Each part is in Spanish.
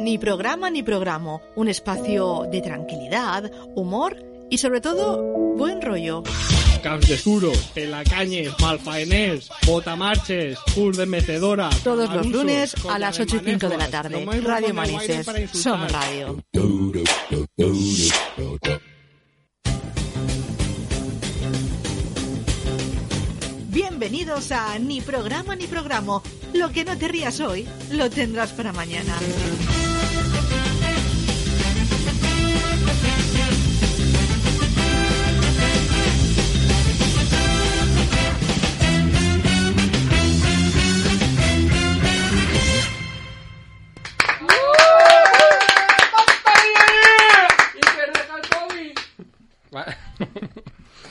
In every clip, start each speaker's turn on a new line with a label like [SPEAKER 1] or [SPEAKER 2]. [SPEAKER 1] Ni programa ni programa. Un espacio de tranquilidad, humor y sobre todo buen rollo.
[SPEAKER 2] Camps de Suros, Pelacañes, Malfaenés, Botamarches, Curs de Mecedora.
[SPEAKER 1] Todos los lunes a las 8 y 5 de la tarde. Radio Manises. Somos Radio. Bienvenidos a Ni programa ni programa. Lo que no te rías hoy, lo tendrás para mañana.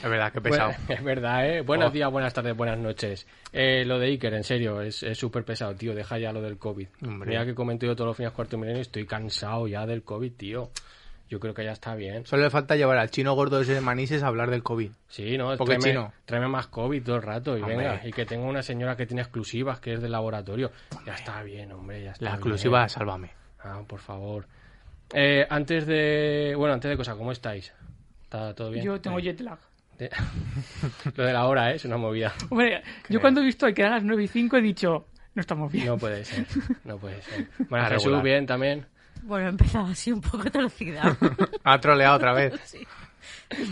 [SPEAKER 3] Es verdad, que pesado.
[SPEAKER 4] Bueno, es verdad, ¿eh? Buenos
[SPEAKER 3] Oh.
[SPEAKER 4] días, buenas tardes, buenas noches. Eh, lo de Iker, en serio, es es súper pesado, tío. Deja ya lo del COVID.
[SPEAKER 3] Hombre.
[SPEAKER 4] Mira que comento yo todos los fines cuarto milenio, estoy cansado ya del COVID, tío. Yo creo que ya está bien.
[SPEAKER 3] Solo le falta llevar al chino gordo ese de Manises a hablar del COVID.
[SPEAKER 4] Sí, no,
[SPEAKER 3] Porque
[SPEAKER 4] tráeme,
[SPEAKER 3] chino.
[SPEAKER 4] tráeme más COVID todo el rato y
[SPEAKER 3] Hombre.
[SPEAKER 4] pues venga. Y que tenga una señora que tiene exclusivas, que es del laboratorio. Ya está bien, hombre, ya está
[SPEAKER 3] La
[SPEAKER 4] bien.
[SPEAKER 3] exclusiva, sálvame.
[SPEAKER 4] Ah, por favor. Eh, antes de... Bueno, antes de cosa, ¿cómo estáis? ¿Está todo bien? Eh,
[SPEAKER 5] Yo tengo jet lag.
[SPEAKER 4] Te- Lo de la hora, ¿eh? Es una movida.
[SPEAKER 5] Hombre, yo cuando he visto que eran las 9 y 5 he dicho, no estamos
[SPEAKER 3] pues,
[SPEAKER 4] No
[SPEAKER 5] bien.
[SPEAKER 4] puede ser, no puede ser. Bueno,
[SPEAKER 3] A
[SPEAKER 4] Jesús,
[SPEAKER 3] regular.
[SPEAKER 4] bien también.
[SPEAKER 6] Bueno, empezaba así un poco torcida.
[SPEAKER 3] Ha troleado otra vez.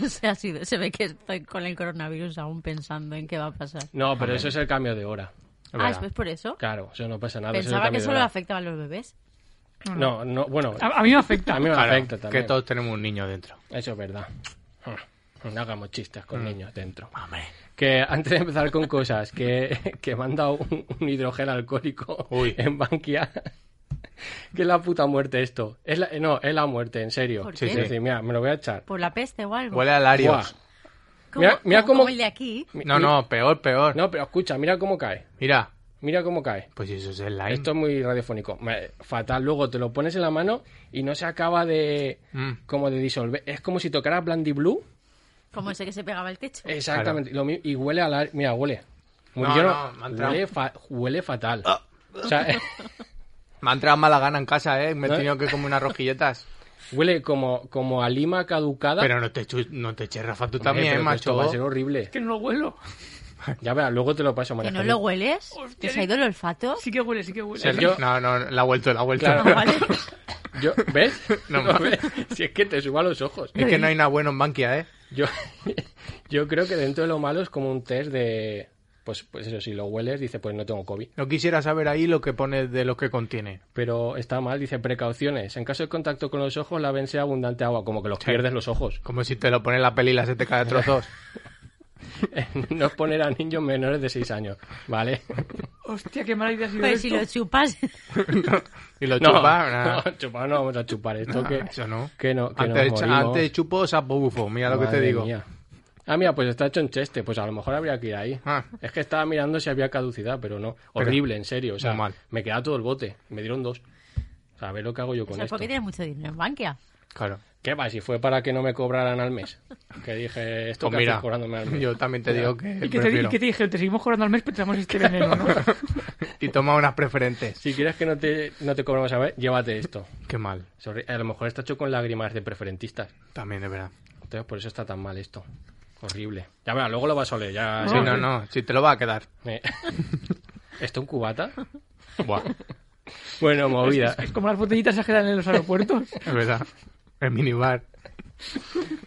[SPEAKER 6] o sea, sí, se ve que estoy con el coronavirus aún pensando en qué va a pasar.
[SPEAKER 4] No, pero eso es el cambio de hora.
[SPEAKER 6] Ah, ¿es por eso?
[SPEAKER 4] Claro, eso no pasa nada. eso es el
[SPEAKER 6] Pensaba
[SPEAKER 4] cambio
[SPEAKER 6] que
[SPEAKER 4] de
[SPEAKER 6] solo Ah,
[SPEAKER 4] hora.
[SPEAKER 6] afectaba a los bebés.
[SPEAKER 4] No, no, bueno,
[SPEAKER 5] A, a mí me afecta.
[SPEAKER 4] a mí me
[SPEAKER 3] Claro,
[SPEAKER 4] afecta
[SPEAKER 3] que
[SPEAKER 4] también.
[SPEAKER 3] todos tenemos un niño dentro.
[SPEAKER 4] Eso es verdad. Ah, No hagamos chistes
[SPEAKER 3] Mm.
[SPEAKER 4] con niños dentro.
[SPEAKER 3] Hombre.
[SPEAKER 4] Que antes de empezar con cosas, que, que me han dado un, un hidrogel alcohólico
[SPEAKER 3] Uy.
[SPEAKER 4] en Bankia. Que es la puta muerte esto. Es la- eh, no, es la muerte, en serio.
[SPEAKER 6] ¿Por
[SPEAKER 4] Sí,
[SPEAKER 6] qué?
[SPEAKER 4] sí, sí, mira, me lo voy a echar.
[SPEAKER 6] ¿Por la peste o algo?
[SPEAKER 3] Huele a Larios.
[SPEAKER 4] Buah. mira- mira
[SPEAKER 6] como-
[SPEAKER 4] cómo-
[SPEAKER 6] como el de aquí.
[SPEAKER 4] Mi-
[SPEAKER 3] No, no, peor, peor.
[SPEAKER 4] No, pero escucha, mira cómo cae.
[SPEAKER 3] Mira,
[SPEAKER 4] Mira cómo cae.
[SPEAKER 3] pues eso es el line.
[SPEAKER 4] Esto es muy radiofónico. Me- Fatal. Luego te lo pones en la mano y no se acaba de.
[SPEAKER 3] Mm.
[SPEAKER 4] como de disolver. Es como si tocaras Blandy Blue.
[SPEAKER 6] Como ese que se pegaba al techo.
[SPEAKER 3] Eh,
[SPEAKER 4] Exactamente. Lo mi- y huele a la. Mira, huele. Muy-
[SPEAKER 3] No,
[SPEAKER 4] yo
[SPEAKER 3] no, me ha entrado.
[SPEAKER 4] huele, fa- huele fatal.
[SPEAKER 6] Ah.
[SPEAKER 4] O sea,
[SPEAKER 3] Me ha entrado mala gana en casa, ¿eh? Me he
[SPEAKER 4] ¿No?
[SPEAKER 3] tenido que comer unas rosquilletas.
[SPEAKER 4] huele como, como a lima caducada.
[SPEAKER 3] Pero no te, chu- no te eches, Rafa, tú
[SPEAKER 4] Hombre,
[SPEAKER 3] también,
[SPEAKER 4] pero que Esto
[SPEAKER 3] macho.
[SPEAKER 4] va a ser horrible.
[SPEAKER 5] Es que no lo huelo.
[SPEAKER 4] Ya verás, luego te lo paso,
[SPEAKER 6] ¿Que
[SPEAKER 4] María
[SPEAKER 6] no
[SPEAKER 4] Jesús.
[SPEAKER 6] lo hueles?
[SPEAKER 5] Hostia,
[SPEAKER 6] ¿Te ha ido el olfato?
[SPEAKER 5] Sí que huele, sí que huele.
[SPEAKER 3] Se-
[SPEAKER 4] yo-
[SPEAKER 3] No, no, la ha vuelto, la ha vuelto.
[SPEAKER 4] Claro.
[SPEAKER 6] Ah, vale.
[SPEAKER 4] Yo- ¿Ves?
[SPEAKER 3] No,
[SPEAKER 4] ¿No
[SPEAKER 3] ma-
[SPEAKER 4] ves? Si es que te suba los ojos.
[SPEAKER 3] Es que no hay nada bueno en Bankia, ¿eh?
[SPEAKER 4] Yo, yo creo que dentro de lo malo es como un test de. Pues, pues eso, si lo hueles, dice, pues no tengo COVID.
[SPEAKER 3] No quisiera saber ahí lo que pone de lo que contiene.
[SPEAKER 4] Pero está mal, dice, precauciones. En caso de contacto con los ojos, lávense abundante agua, como que los pierdes los ojos.
[SPEAKER 3] Como si te lo pone en la peli y la se te cae a trozos.
[SPEAKER 4] no poner a niños menores de 6 años, ¿vale?
[SPEAKER 5] Hostia, qué mala idea ha sido
[SPEAKER 6] Pues si
[SPEAKER 5] esto.
[SPEAKER 6] lo chupas,
[SPEAKER 3] Y lo
[SPEAKER 4] No,
[SPEAKER 3] chupa, nada.
[SPEAKER 4] no, chupar no vamos a chupar esto.
[SPEAKER 3] No,
[SPEAKER 4] que,
[SPEAKER 3] eso no.
[SPEAKER 4] Que no, que
[SPEAKER 3] antes,
[SPEAKER 4] nos
[SPEAKER 3] de-
[SPEAKER 4] morimos.
[SPEAKER 3] antes de chupo, sapo bufo. Mira lo que te
[SPEAKER 4] Madre
[SPEAKER 3] digo.
[SPEAKER 4] mía. Ah, mira, pues está hecho en cheste, pues a lo mejor habría que ir ahí.
[SPEAKER 3] Ah.
[SPEAKER 4] Es que estaba mirando si había caducidad, pero no.
[SPEAKER 3] Pero-
[SPEAKER 4] Horrible, en serio. O sea,
[SPEAKER 3] Muy mal.
[SPEAKER 4] me queda todo el bote. Me dieron dos. O sea, a ver lo que hago yo
[SPEAKER 6] o
[SPEAKER 4] con
[SPEAKER 6] sea,
[SPEAKER 4] esto.
[SPEAKER 6] ¿por qué tienes mucho dinero en Bankia?
[SPEAKER 3] Claro.
[SPEAKER 4] ¿Qué va? Si fue para que no me cobraran al mes. Que dije, esto
[SPEAKER 3] Pues
[SPEAKER 4] que
[SPEAKER 3] mira,
[SPEAKER 4] haces cobrándome al mes.
[SPEAKER 3] yo también te digo que
[SPEAKER 5] ¿Y que, te,
[SPEAKER 3] prefiero.
[SPEAKER 5] y que te dije, te seguimos cobrando al mes, pero te damos este veneno, ¿no?
[SPEAKER 3] Y toma unas preferentes.
[SPEAKER 4] Si quieres que no te, no te cobramos a ver, llévate esto.
[SPEAKER 3] Qué mal.
[SPEAKER 4] Sorry, A lo mejor está hecho con lágrimas de preferentistas.
[SPEAKER 3] También, de verdad.
[SPEAKER 4] Entonces, por eso está tan mal esto. Horrible. Ya verá, luego lo vas a oler. Ya,
[SPEAKER 3] Sí, no, no. Si te lo va a quedar.
[SPEAKER 4] Eh, ¿Esto un cubata?
[SPEAKER 3] Buah,
[SPEAKER 4] Bueno, movida.
[SPEAKER 5] Es como las botellitas se quedan en los aeropuertos.
[SPEAKER 3] es verdad. El minibar.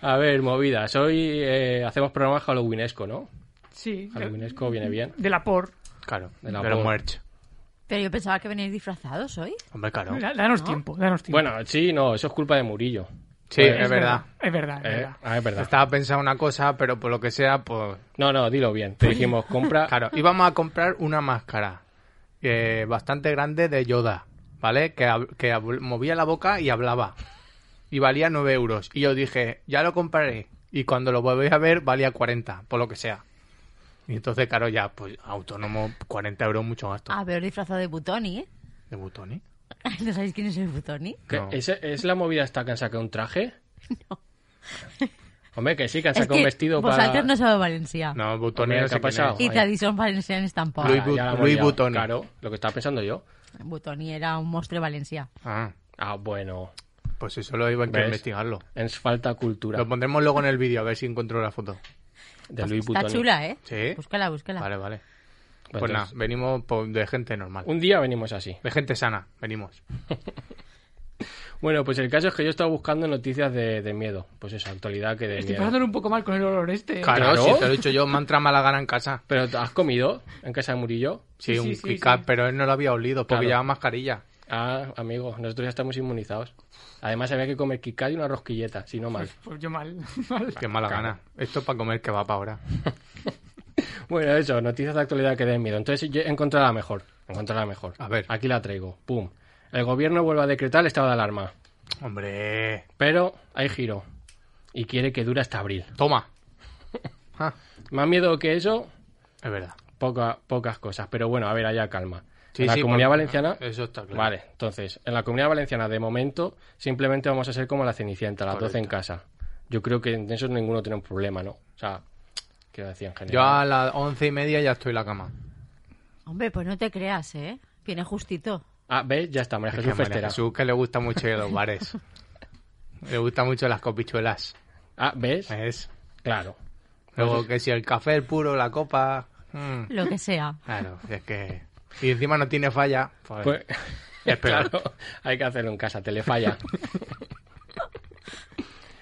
[SPEAKER 4] A ver, movidas. Hoy eh, hacemos programa halloweenesco, ¿no?
[SPEAKER 5] Sí.
[SPEAKER 4] Halloweenesco viene bien.
[SPEAKER 5] De la por.
[SPEAKER 3] Claro.
[SPEAKER 4] De la
[SPEAKER 3] Pero
[SPEAKER 4] por.
[SPEAKER 3] merch.
[SPEAKER 6] Pero yo pensaba que venís disfrazados hoy.
[SPEAKER 3] Hombre, claro.
[SPEAKER 5] Da- Danos tiempo, danos tiempo.
[SPEAKER 4] Bueno, sí, no, eso es culpa de Murillo.
[SPEAKER 3] Sí,
[SPEAKER 4] Pues,
[SPEAKER 3] es verdad.
[SPEAKER 5] Es verdad, es
[SPEAKER 4] eh,
[SPEAKER 5] verdad.
[SPEAKER 4] ah, es verdad.
[SPEAKER 3] Estaba pensando una cosa, pero por lo que sea, pues...
[SPEAKER 4] No, no, dilo bien. Te dijimos, compra.
[SPEAKER 3] Claro, íbamos a comprar una máscara eh, bastante grande de Yoda, ¿vale? Que, hab- que hab- movía la boca y hablaba. Y valía 9 euros. Y yo dije, ya lo compraré. Y cuando lo volví a ver, valía 40, por lo que sea. Y entonces, claro, ya, pues autónomo, 40 euros mucho gasto.
[SPEAKER 6] Ah, pero disfrazado de Butoni.
[SPEAKER 3] De botón, ¿eh?
[SPEAKER 6] ¿No sabéis quién es el Butoni?
[SPEAKER 4] ¿Qué?
[SPEAKER 3] No.
[SPEAKER 4] ¿Ese- ¿Es, la movida esta que han sacado un traje? Hombre, que sí, que han
[SPEAKER 6] Es
[SPEAKER 4] sacado
[SPEAKER 6] que
[SPEAKER 4] un vestido
[SPEAKER 6] vosotros
[SPEAKER 4] para.
[SPEAKER 6] no sabéis Valencia.
[SPEAKER 3] No, botón
[SPEAKER 4] Hombre,
[SPEAKER 3] no
[SPEAKER 4] ¿qué
[SPEAKER 3] sé
[SPEAKER 4] ha
[SPEAKER 3] quién es.
[SPEAKER 4] pasado?
[SPEAKER 6] Y Tradición Valenciana estampado.
[SPEAKER 3] Luis
[SPEAKER 4] Ah, ya la
[SPEAKER 3] Bu-
[SPEAKER 4] hemos
[SPEAKER 3] Luis
[SPEAKER 4] liado.
[SPEAKER 3] Butoni.
[SPEAKER 4] Claro, lo que estaba pensando yo.
[SPEAKER 6] Butoni era un monstruo de Valencia.
[SPEAKER 3] Ah,
[SPEAKER 4] Ah, bueno.
[SPEAKER 3] Pues eso lo iban a
[SPEAKER 4] ¿Ves?
[SPEAKER 3] investigarlo.
[SPEAKER 4] Es falta cultura
[SPEAKER 3] Lo pondremos luego en el vídeo a ver si encuentro la foto.
[SPEAKER 4] de Luis
[SPEAKER 6] Está
[SPEAKER 4] Butoni.
[SPEAKER 6] chula, ¿eh?
[SPEAKER 3] Sí.
[SPEAKER 6] Búscala, búscala.
[SPEAKER 3] Vale, vale.
[SPEAKER 4] Pues
[SPEAKER 3] Pues nada,
[SPEAKER 4] entonces,
[SPEAKER 3] venimos por- de gente normal.
[SPEAKER 4] Un día venimos así.
[SPEAKER 3] De gente sana, venimos.
[SPEAKER 4] Bueno, pues el caso es que yo estaba buscando noticias de, de miedo. Pues eso, actualidad que de
[SPEAKER 5] Estoy
[SPEAKER 4] miedo.
[SPEAKER 5] pasándolo un poco mal con el olor este.
[SPEAKER 3] Claro,
[SPEAKER 4] Claro.
[SPEAKER 3] si te lo he dicho yo, mantra mala gana en casa.
[SPEAKER 4] Pero ¿has comido en casa de Murillo?
[SPEAKER 3] Sí,
[SPEAKER 5] Sí,
[SPEAKER 3] un
[SPEAKER 5] sí, sí,
[SPEAKER 3] Kit Kat,
[SPEAKER 5] sí.
[SPEAKER 3] pero él no lo había olido porque
[SPEAKER 4] Claro.
[SPEAKER 3] llevaba mascarilla.
[SPEAKER 4] Ah, amigo, nosotros ya estamos inmunizados. Además había que comer kikar y una rosquilleta, si no mal.
[SPEAKER 5] Pues, pues yo mal. mal.
[SPEAKER 3] Qué mala
[SPEAKER 4] Claro.
[SPEAKER 3] gana. Esto es para comer que va para ahora.
[SPEAKER 4] Bueno, eso, noticias de actualidad que den miedo. Entonces yo encontré la mejor, encontré la mejor.
[SPEAKER 3] A ver.
[SPEAKER 4] Aquí la traigo, pum. El gobierno vuelve a decretar el estado de alarma,
[SPEAKER 3] Hombre,
[SPEAKER 4] pero hay giro y quiere que dure hasta abril.
[SPEAKER 3] toma. Ah,
[SPEAKER 4] Más miedo que eso,
[SPEAKER 3] es verdad.
[SPEAKER 4] poca, pocas cosas. Pero bueno, a ver, allá calma.
[SPEAKER 3] Sí,
[SPEAKER 4] en la
[SPEAKER 3] sí,
[SPEAKER 4] comunidad
[SPEAKER 3] porque-
[SPEAKER 4] valenciana.
[SPEAKER 3] Eso está claro.
[SPEAKER 4] Vale, entonces, en la comunidad valenciana de momento simplemente vamos a ser como la Cenicienta, las 12 en casa. Yo creo que en eso ninguno tiene un problema, ¿no? O sea, quiero decir en
[SPEAKER 3] Yo a
[SPEAKER 4] general.
[SPEAKER 3] las once y media ya estoy en la cama.
[SPEAKER 6] Hombre, pues no te creas, ¿eh? Viene justito.
[SPEAKER 4] Ah, ¿ves? Ya está, María
[SPEAKER 3] Es
[SPEAKER 4] Jesús
[SPEAKER 3] que a María
[SPEAKER 4] Festera.
[SPEAKER 3] Jesús que le gusta mucho ir a los bares. le gusta mucho las copichuelas.
[SPEAKER 4] Ah, ¿ves?
[SPEAKER 3] ¿ves?
[SPEAKER 4] Claro.
[SPEAKER 3] Luego que si el café el puro, la copa. mm,
[SPEAKER 6] Lo que sea.
[SPEAKER 3] Claro, es que. Y encima no tiene falla. pues-
[SPEAKER 4] Pues,
[SPEAKER 3] Es peor.
[SPEAKER 4] claro, hay que hacerlo en casa, te le falla.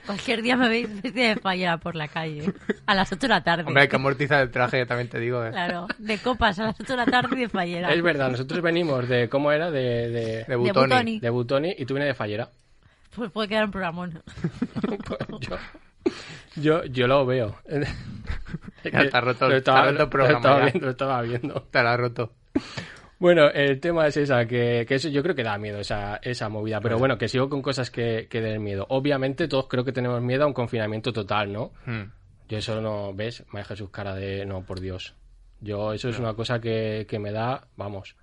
[SPEAKER 6] Cualquier día me veis vestida de falla por la calle. A las 8 de la tarde.
[SPEAKER 3] Hombre, hay que amortizar el traje, también te digo. eh.
[SPEAKER 6] Claro, de copas a las 8 de la tarde y de fallera.
[SPEAKER 4] es verdad, nosotros venimos de, ¿cómo era? De, de,
[SPEAKER 3] De
[SPEAKER 6] De
[SPEAKER 3] Butoni.
[SPEAKER 6] Butoni.
[SPEAKER 4] de Butoni y tú vienes de Fallera.
[SPEAKER 6] Pues puede quedar un programón.
[SPEAKER 4] Pues yo, yo, yo lo veo. Es
[SPEAKER 3] Ya está roto el-
[SPEAKER 4] lo
[SPEAKER 3] está
[SPEAKER 4] estaba,
[SPEAKER 3] roto el
[SPEAKER 4] lo
[SPEAKER 3] programa
[SPEAKER 4] estaba
[SPEAKER 3] ya.
[SPEAKER 4] viendo, lo estaba viendo.
[SPEAKER 3] Te la ha roto.
[SPEAKER 4] Bueno, el tema es esa, que, que eso yo creo que da miedo esa, esa movida, pero bueno, que sigo con cosas que, que den miedo. Obviamente todos creo que tenemos miedo a un confinamiento total, ¿no?
[SPEAKER 3] Mm.
[SPEAKER 4] Yo eso no, ¿ves? María Jesús cara de, no, por Dios. Yo eso es una cosa que, que me da, vamos.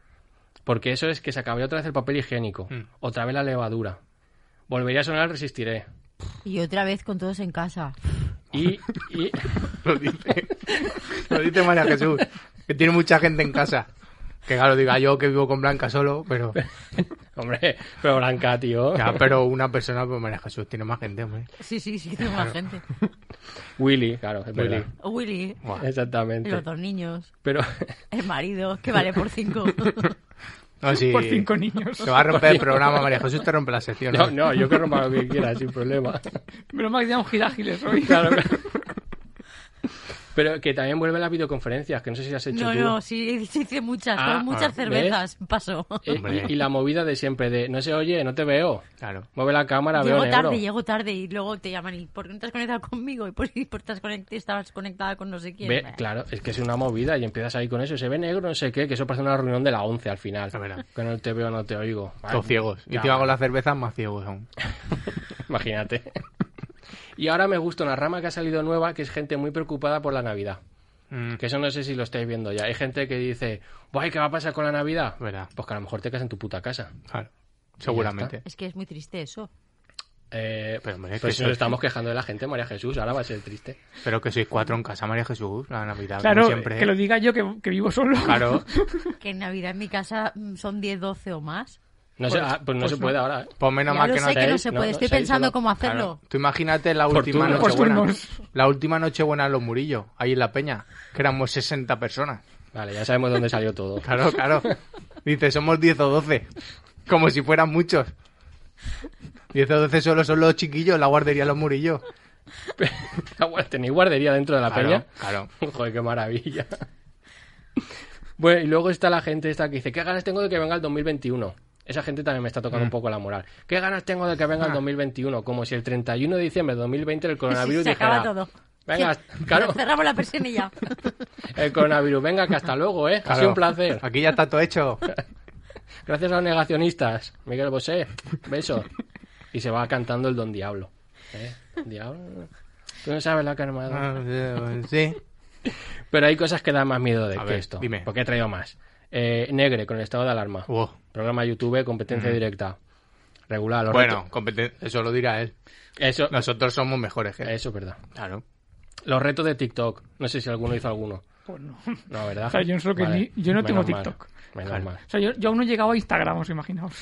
[SPEAKER 4] Porque eso es que se acabaría otra vez el papel higiénico,
[SPEAKER 3] Mm.
[SPEAKER 4] otra vez la levadura. Volvería a sonar Resistiré.
[SPEAKER 6] Y otra vez con todos en casa.
[SPEAKER 4] Y, y
[SPEAKER 3] Lo dice. Lo dice María Jesús. Que tiene mucha gente en casa. Que claro, diga yo que vivo con Blanca solo, pero.
[SPEAKER 4] hombre, pero Blanca, tío.
[SPEAKER 3] Ya, pero una persona, pues María Jesús tiene más gente, hombre.
[SPEAKER 6] Sí, sí, sí, tengo más gente.
[SPEAKER 4] Willy, claro, es
[SPEAKER 3] Willy.
[SPEAKER 4] verdad.
[SPEAKER 6] Willy,
[SPEAKER 3] Buah.
[SPEAKER 4] Exactamente.
[SPEAKER 6] los dos niños,
[SPEAKER 4] Pero
[SPEAKER 6] el marido, que vale por cinco.
[SPEAKER 3] No, sí.
[SPEAKER 5] Por cinco niños.
[SPEAKER 3] Se va a romper el programa, María Jesús te rompe la sección. ¿eh?
[SPEAKER 4] no, no, yo que rompa lo que quiera, sin problema.
[SPEAKER 5] Menos mal que teníamos girágiles hoy.
[SPEAKER 4] Claro, claro. Pero que también vuelven las videoconferencias, que no sé si has hecho
[SPEAKER 6] No,
[SPEAKER 4] tú. Eh,
[SPEAKER 6] no, sí, sí, hice muchas,
[SPEAKER 4] Ah,
[SPEAKER 6] con
[SPEAKER 4] ah,
[SPEAKER 6] muchas cervezas. Pasó.
[SPEAKER 4] Eh,
[SPEAKER 3] Hombre.
[SPEAKER 4] y, y la movida de siempre de, no se oye, no te veo.
[SPEAKER 3] Claro.
[SPEAKER 4] Mueve la cámara, veo
[SPEAKER 6] Llego
[SPEAKER 4] negro.
[SPEAKER 6] tarde, llego tarde y luego te llaman y ¿por qué no te has conectado conmigo? ¿Y por qué por estás conect- estabas conectada con no sé quién?
[SPEAKER 4] Ve-
[SPEAKER 6] Bueno,
[SPEAKER 4] claro, es que es una movida y empiezas ahí con eso, se ve negro, no sé qué, que eso parece una reunión de la 11 al final.
[SPEAKER 3] Es verdad.
[SPEAKER 4] Que no te veo, no te oigo. Vale,
[SPEAKER 3] Todos ciegos. Y
[SPEAKER 4] ya,
[SPEAKER 3] encima con la cerveza más ciegos aún.
[SPEAKER 4] Imagínate. Y ahora me gusta una rama que ha salido nueva, que es gente muy preocupada por la Navidad.
[SPEAKER 3] Mm,
[SPEAKER 4] Que eso no sé si lo estáis viendo ya. Hay gente que dice, guay, ¿qué va a pasar con la Navidad?
[SPEAKER 3] Verdad.
[SPEAKER 4] Pues que a lo mejor te casas en tu puta casa.
[SPEAKER 3] Claro. Seguramente.
[SPEAKER 6] Es que es muy triste eso.
[SPEAKER 4] Eh,
[SPEAKER 3] Pero,
[SPEAKER 4] pero
[SPEAKER 3] hombre, es que
[SPEAKER 4] si nos
[SPEAKER 3] eso-
[SPEAKER 4] estamos quejando de la gente, María Jesús, ahora va a ser triste.
[SPEAKER 3] Pero que sois cuatro en casa, María Jesús. La Navidad,
[SPEAKER 5] Claro,
[SPEAKER 3] como siempre. ¿eh?
[SPEAKER 5] que lo diga yo que, que vivo solo.
[SPEAKER 3] Claro.
[SPEAKER 6] Que en Navidad en mi casa mm, son 10, 12 o más.
[SPEAKER 4] No sé, ah, pues no se puede ahora. ¿eh?
[SPEAKER 3] Pues menos
[SPEAKER 6] Ya
[SPEAKER 3] mal
[SPEAKER 6] lo
[SPEAKER 3] que no
[SPEAKER 6] sé que no
[SPEAKER 4] seáis-
[SPEAKER 6] se
[SPEAKER 4] no,
[SPEAKER 6] puede,
[SPEAKER 4] no
[SPEAKER 6] estoy
[SPEAKER 4] seáis
[SPEAKER 6] pensando
[SPEAKER 4] solo.
[SPEAKER 6] cómo hacerlo.
[SPEAKER 3] Claro. Tú imagínate la
[SPEAKER 4] Por
[SPEAKER 3] última
[SPEAKER 4] turnos.
[SPEAKER 3] noche
[SPEAKER 5] Por
[SPEAKER 3] buena.
[SPEAKER 5] turnos.
[SPEAKER 3] La última noche buena en los Murillos, ahí en la peña, que éramos 60 personas.
[SPEAKER 4] Vale, ya sabemos dónde salió todo.
[SPEAKER 3] Claro, claro. Dice, somos 10 o 12. Como si fueran muchos. 10 o 12 solo son los chiquillos, la guardería de los Murillos.
[SPEAKER 4] Ah, bueno, Tenéis guardería dentro de la
[SPEAKER 3] Claro,
[SPEAKER 4] peña.
[SPEAKER 3] claro.
[SPEAKER 4] Joder, qué maravilla. Bueno, y luego está la gente esta que dice, ¿qué ganas tengo de que venga el 2021? Esa gente también me está tocando
[SPEAKER 3] Mm.
[SPEAKER 4] un poco la moral. ¿Qué ganas tengo de que venga el
[SPEAKER 3] Ah.
[SPEAKER 4] 2021? Como si el 31 de diciembre de 2020 el
[SPEAKER 6] Sí,
[SPEAKER 4] coronavirus
[SPEAKER 6] se acaba
[SPEAKER 4] dijera...
[SPEAKER 6] todo.
[SPEAKER 4] Venga,
[SPEAKER 6] Que-
[SPEAKER 4] claro,
[SPEAKER 6] Cerramos la persiana y ya.
[SPEAKER 4] el coronavirus, venga, que hasta luego, ¿eh? Ha
[SPEAKER 3] Claro.
[SPEAKER 4] sido un placer.
[SPEAKER 3] Aquí ya está todo hecho.
[SPEAKER 4] Gracias a los negacionistas. Miguel Bosé, beso. Y se va cantando el Don Diablo. ¿Eh? Diablo. Tú no sabes la que ha armado.
[SPEAKER 3] Sí.
[SPEAKER 4] Pero hay cosas que dan más miedo de
[SPEAKER 3] A
[SPEAKER 4] que
[SPEAKER 3] ver,
[SPEAKER 4] esto.
[SPEAKER 3] dime.
[SPEAKER 4] Porque he traído más. Eh, Negre con el estado de alarma.
[SPEAKER 3] Wow.
[SPEAKER 4] Programa YouTube, competencia directa. Regular, los
[SPEAKER 3] Bueno,
[SPEAKER 4] retos.
[SPEAKER 3] competen- eso lo dirá él.
[SPEAKER 4] Eso,
[SPEAKER 3] Nosotros somos mejores que él.
[SPEAKER 4] eso es verdad.
[SPEAKER 3] Claro.
[SPEAKER 4] Los retos de TikTok. No sé si alguno hizo alguno.
[SPEAKER 5] Pues no.
[SPEAKER 4] No, ¿verdad?
[SPEAKER 5] O sea, yo no sé lo que ni- yo no tengo
[SPEAKER 4] menos mal.
[SPEAKER 5] TikTok.
[SPEAKER 4] Menos
[SPEAKER 3] Claro.
[SPEAKER 4] mal.
[SPEAKER 5] O sea, yo, yo aún no he llegado a Instagram, os imaginaos.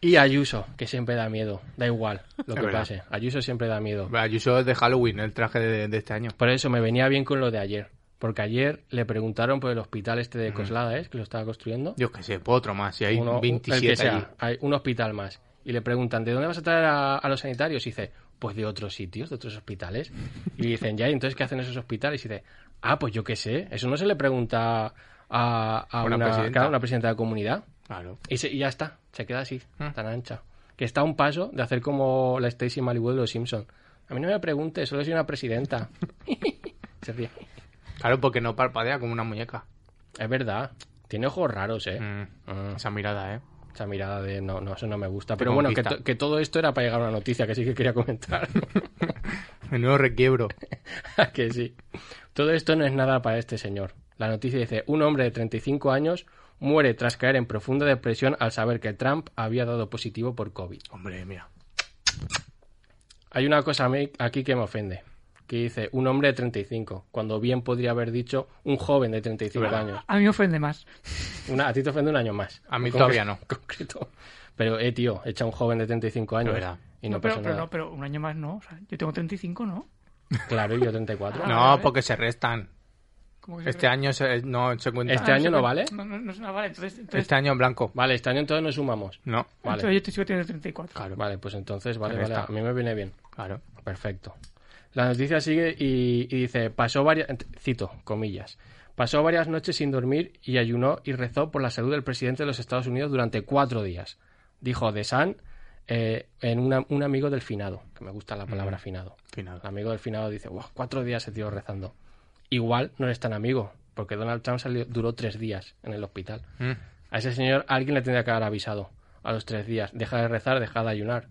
[SPEAKER 4] Y Ayuso, que siempre da miedo. Da igual
[SPEAKER 3] Es
[SPEAKER 4] lo que
[SPEAKER 3] verdad.
[SPEAKER 4] pase. Ayuso siempre da miedo.
[SPEAKER 3] Ayuso es de Halloween, el traje de, de este año.
[SPEAKER 4] Por eso me venía bien con lo de ayer. Porque ayer le preguntaron por el hospital este de Coslada, ¿eh? que lo estaba construyendo.
[SPEAKER 3] Dios que sé, otro más, si hay
[SPEAKER 4] Uno- el
[SPEAKER 3] 27
[SPEAKER 4] que sea,
[SPEAKER 3] allí.
[SPEAKER 4] hay un hospital más. Y le preguntan, ¿de dónde vas a traer a, a los sanitarios? Y dice, pues de otros sitios, de otros hospitales. Y dicen, ya, ¿y entonces qué hacen esos hospitales? Y dice, ah, pues yo qué sé. Eso no se le pregunta a, a
[SPEAKER 3] Una
[SPEAKER 4] una,
[SPEAKER 3] presidenta.
[SPEAKER 4] claro, una presidenta de comunidad.
[SPEAKER 3] Claro.
[SPEAKER 4] Y, se- y ya está, se queda así,
[SPEAKER 3] Mm.
[SPEAKER 4] tan ancha. Que está a un paso de hacer como la Stacy Malibu de los Simpson. A mí no me pregunte, solo soy una presidenta. se ríe.
[SPEAKER 3] Claro, porque no parpadea como una muñeca.
[SPEAKER 4] Es verdad, tiene ojos raros, ¿eh?
[SPEAKER 3] Mm,
[SPEAKER 4] Mm,
[SPEAKER 3] Esa mirada, ¿eh?
[SPEAKER 4] Esa mirada de no, no, eso no me gusta.
[SPEAKER 3] Te
[SPEAKER 4] Pero bueno, que,
[SPEAKER 3] conquista.
[SPEAKER 4] to- que todo esto era para llegar a una noticia que sí que quería comentar.
[SPEAKER 3] Menudo requiebro.
[SPEAKER 4] que sí. Todo esto no es nada para este señor. La noticia dice, un hombre de 35 años muere tras caer en profunda depresión al saber que Trump había dado positivo por COVID.
[SPEAKER 3] Hombre, mira.
[SPEAKER 4] Hay una cosa a mí aquí que me ofende, que dice un hombre de 35, cuando bien podría haber dicho un joven de 35 años.
[SPEAKER 5] A mí me ofende más.
[SPEAKER 4] Una, a ti te ofende un año más.
[SPEAKER 3] A mí
[SPEAKER 4] En concre-
[SPEAKER 3] todavía no.
[SPEAKER 4] en Concreto. Pero, eh, tío, echa un joven de 35 años
[SPEAKER 3] verdad.
[SPEAKER 4] y no,
[SPEAKER 5] pero,
[SPEAKER 4] pasa
[SPEAKER 5] pero
[SPEAKER 4] nada.
[SPEAKER 5] no, pero un año más no. O sea, yo tengo 35, ¿no?
[SPEAKER 4] Claro, y yo 34.
[SPEAKER 5] vale,
[SPEAKER 3] No,
[SPEAKER 5] vale.
[SPEAKER 3] porque se restan.
[SPEAKER 5] ¿Cómo que se
[SPEAKER 3] Este año se- no se cuenta.
[SPEAKER 4] Este
[SPEAKER 5] Ah,
[SPEAKER 4] año no
[SPEAKER 5] sé,
[SPEAKER 4] vale.
[SPEAKER 5] No, no, no es- ah, vale. Entonces, entonces,
[SPEAKER 3] Este año en blanco.
[SPEAKER 4] Vale, este año entonces nos sumamos.
[SPEAKER 3] No,
[SPEAKER 5] entonces
[SPEAKER 4] Vale,
[SPEAKER 5] yo te sigo teniendo 34.
[SPEAKER 4] vale pues entonces, vale,
[SPEAKER 3] Ahí
[SPEAKER 4] vale,
[SPEAKER 3] está.
[SPEAKER 4] a mí me viene bien.
[SPEAKER 3] claro.
[SPEAKER 4] Perfecto. La noticia sigue y, y dice, pasó varias, cito, comillas, pasó varias noches sin dormir y ayunó y rezó por la salud del presidente de los Estados Unidos durante cuatro días, dijo De San eh, en una- un amigo del finado, que me gusta la palabra finado.
[SPEAKER 3] Final.
[SPEAKER 4] El amigo del finado dice, wow, cuatro días ese tío rezando. Igual no es tan amigo, porque Donald Trump salió- duró tres días en el hospital.
[SPEAKER 3] Mm.
[SPEAKER 4] A ese señor alguien le tendría que haber avisado a los tres días, deja de rezar, deja de ayunar.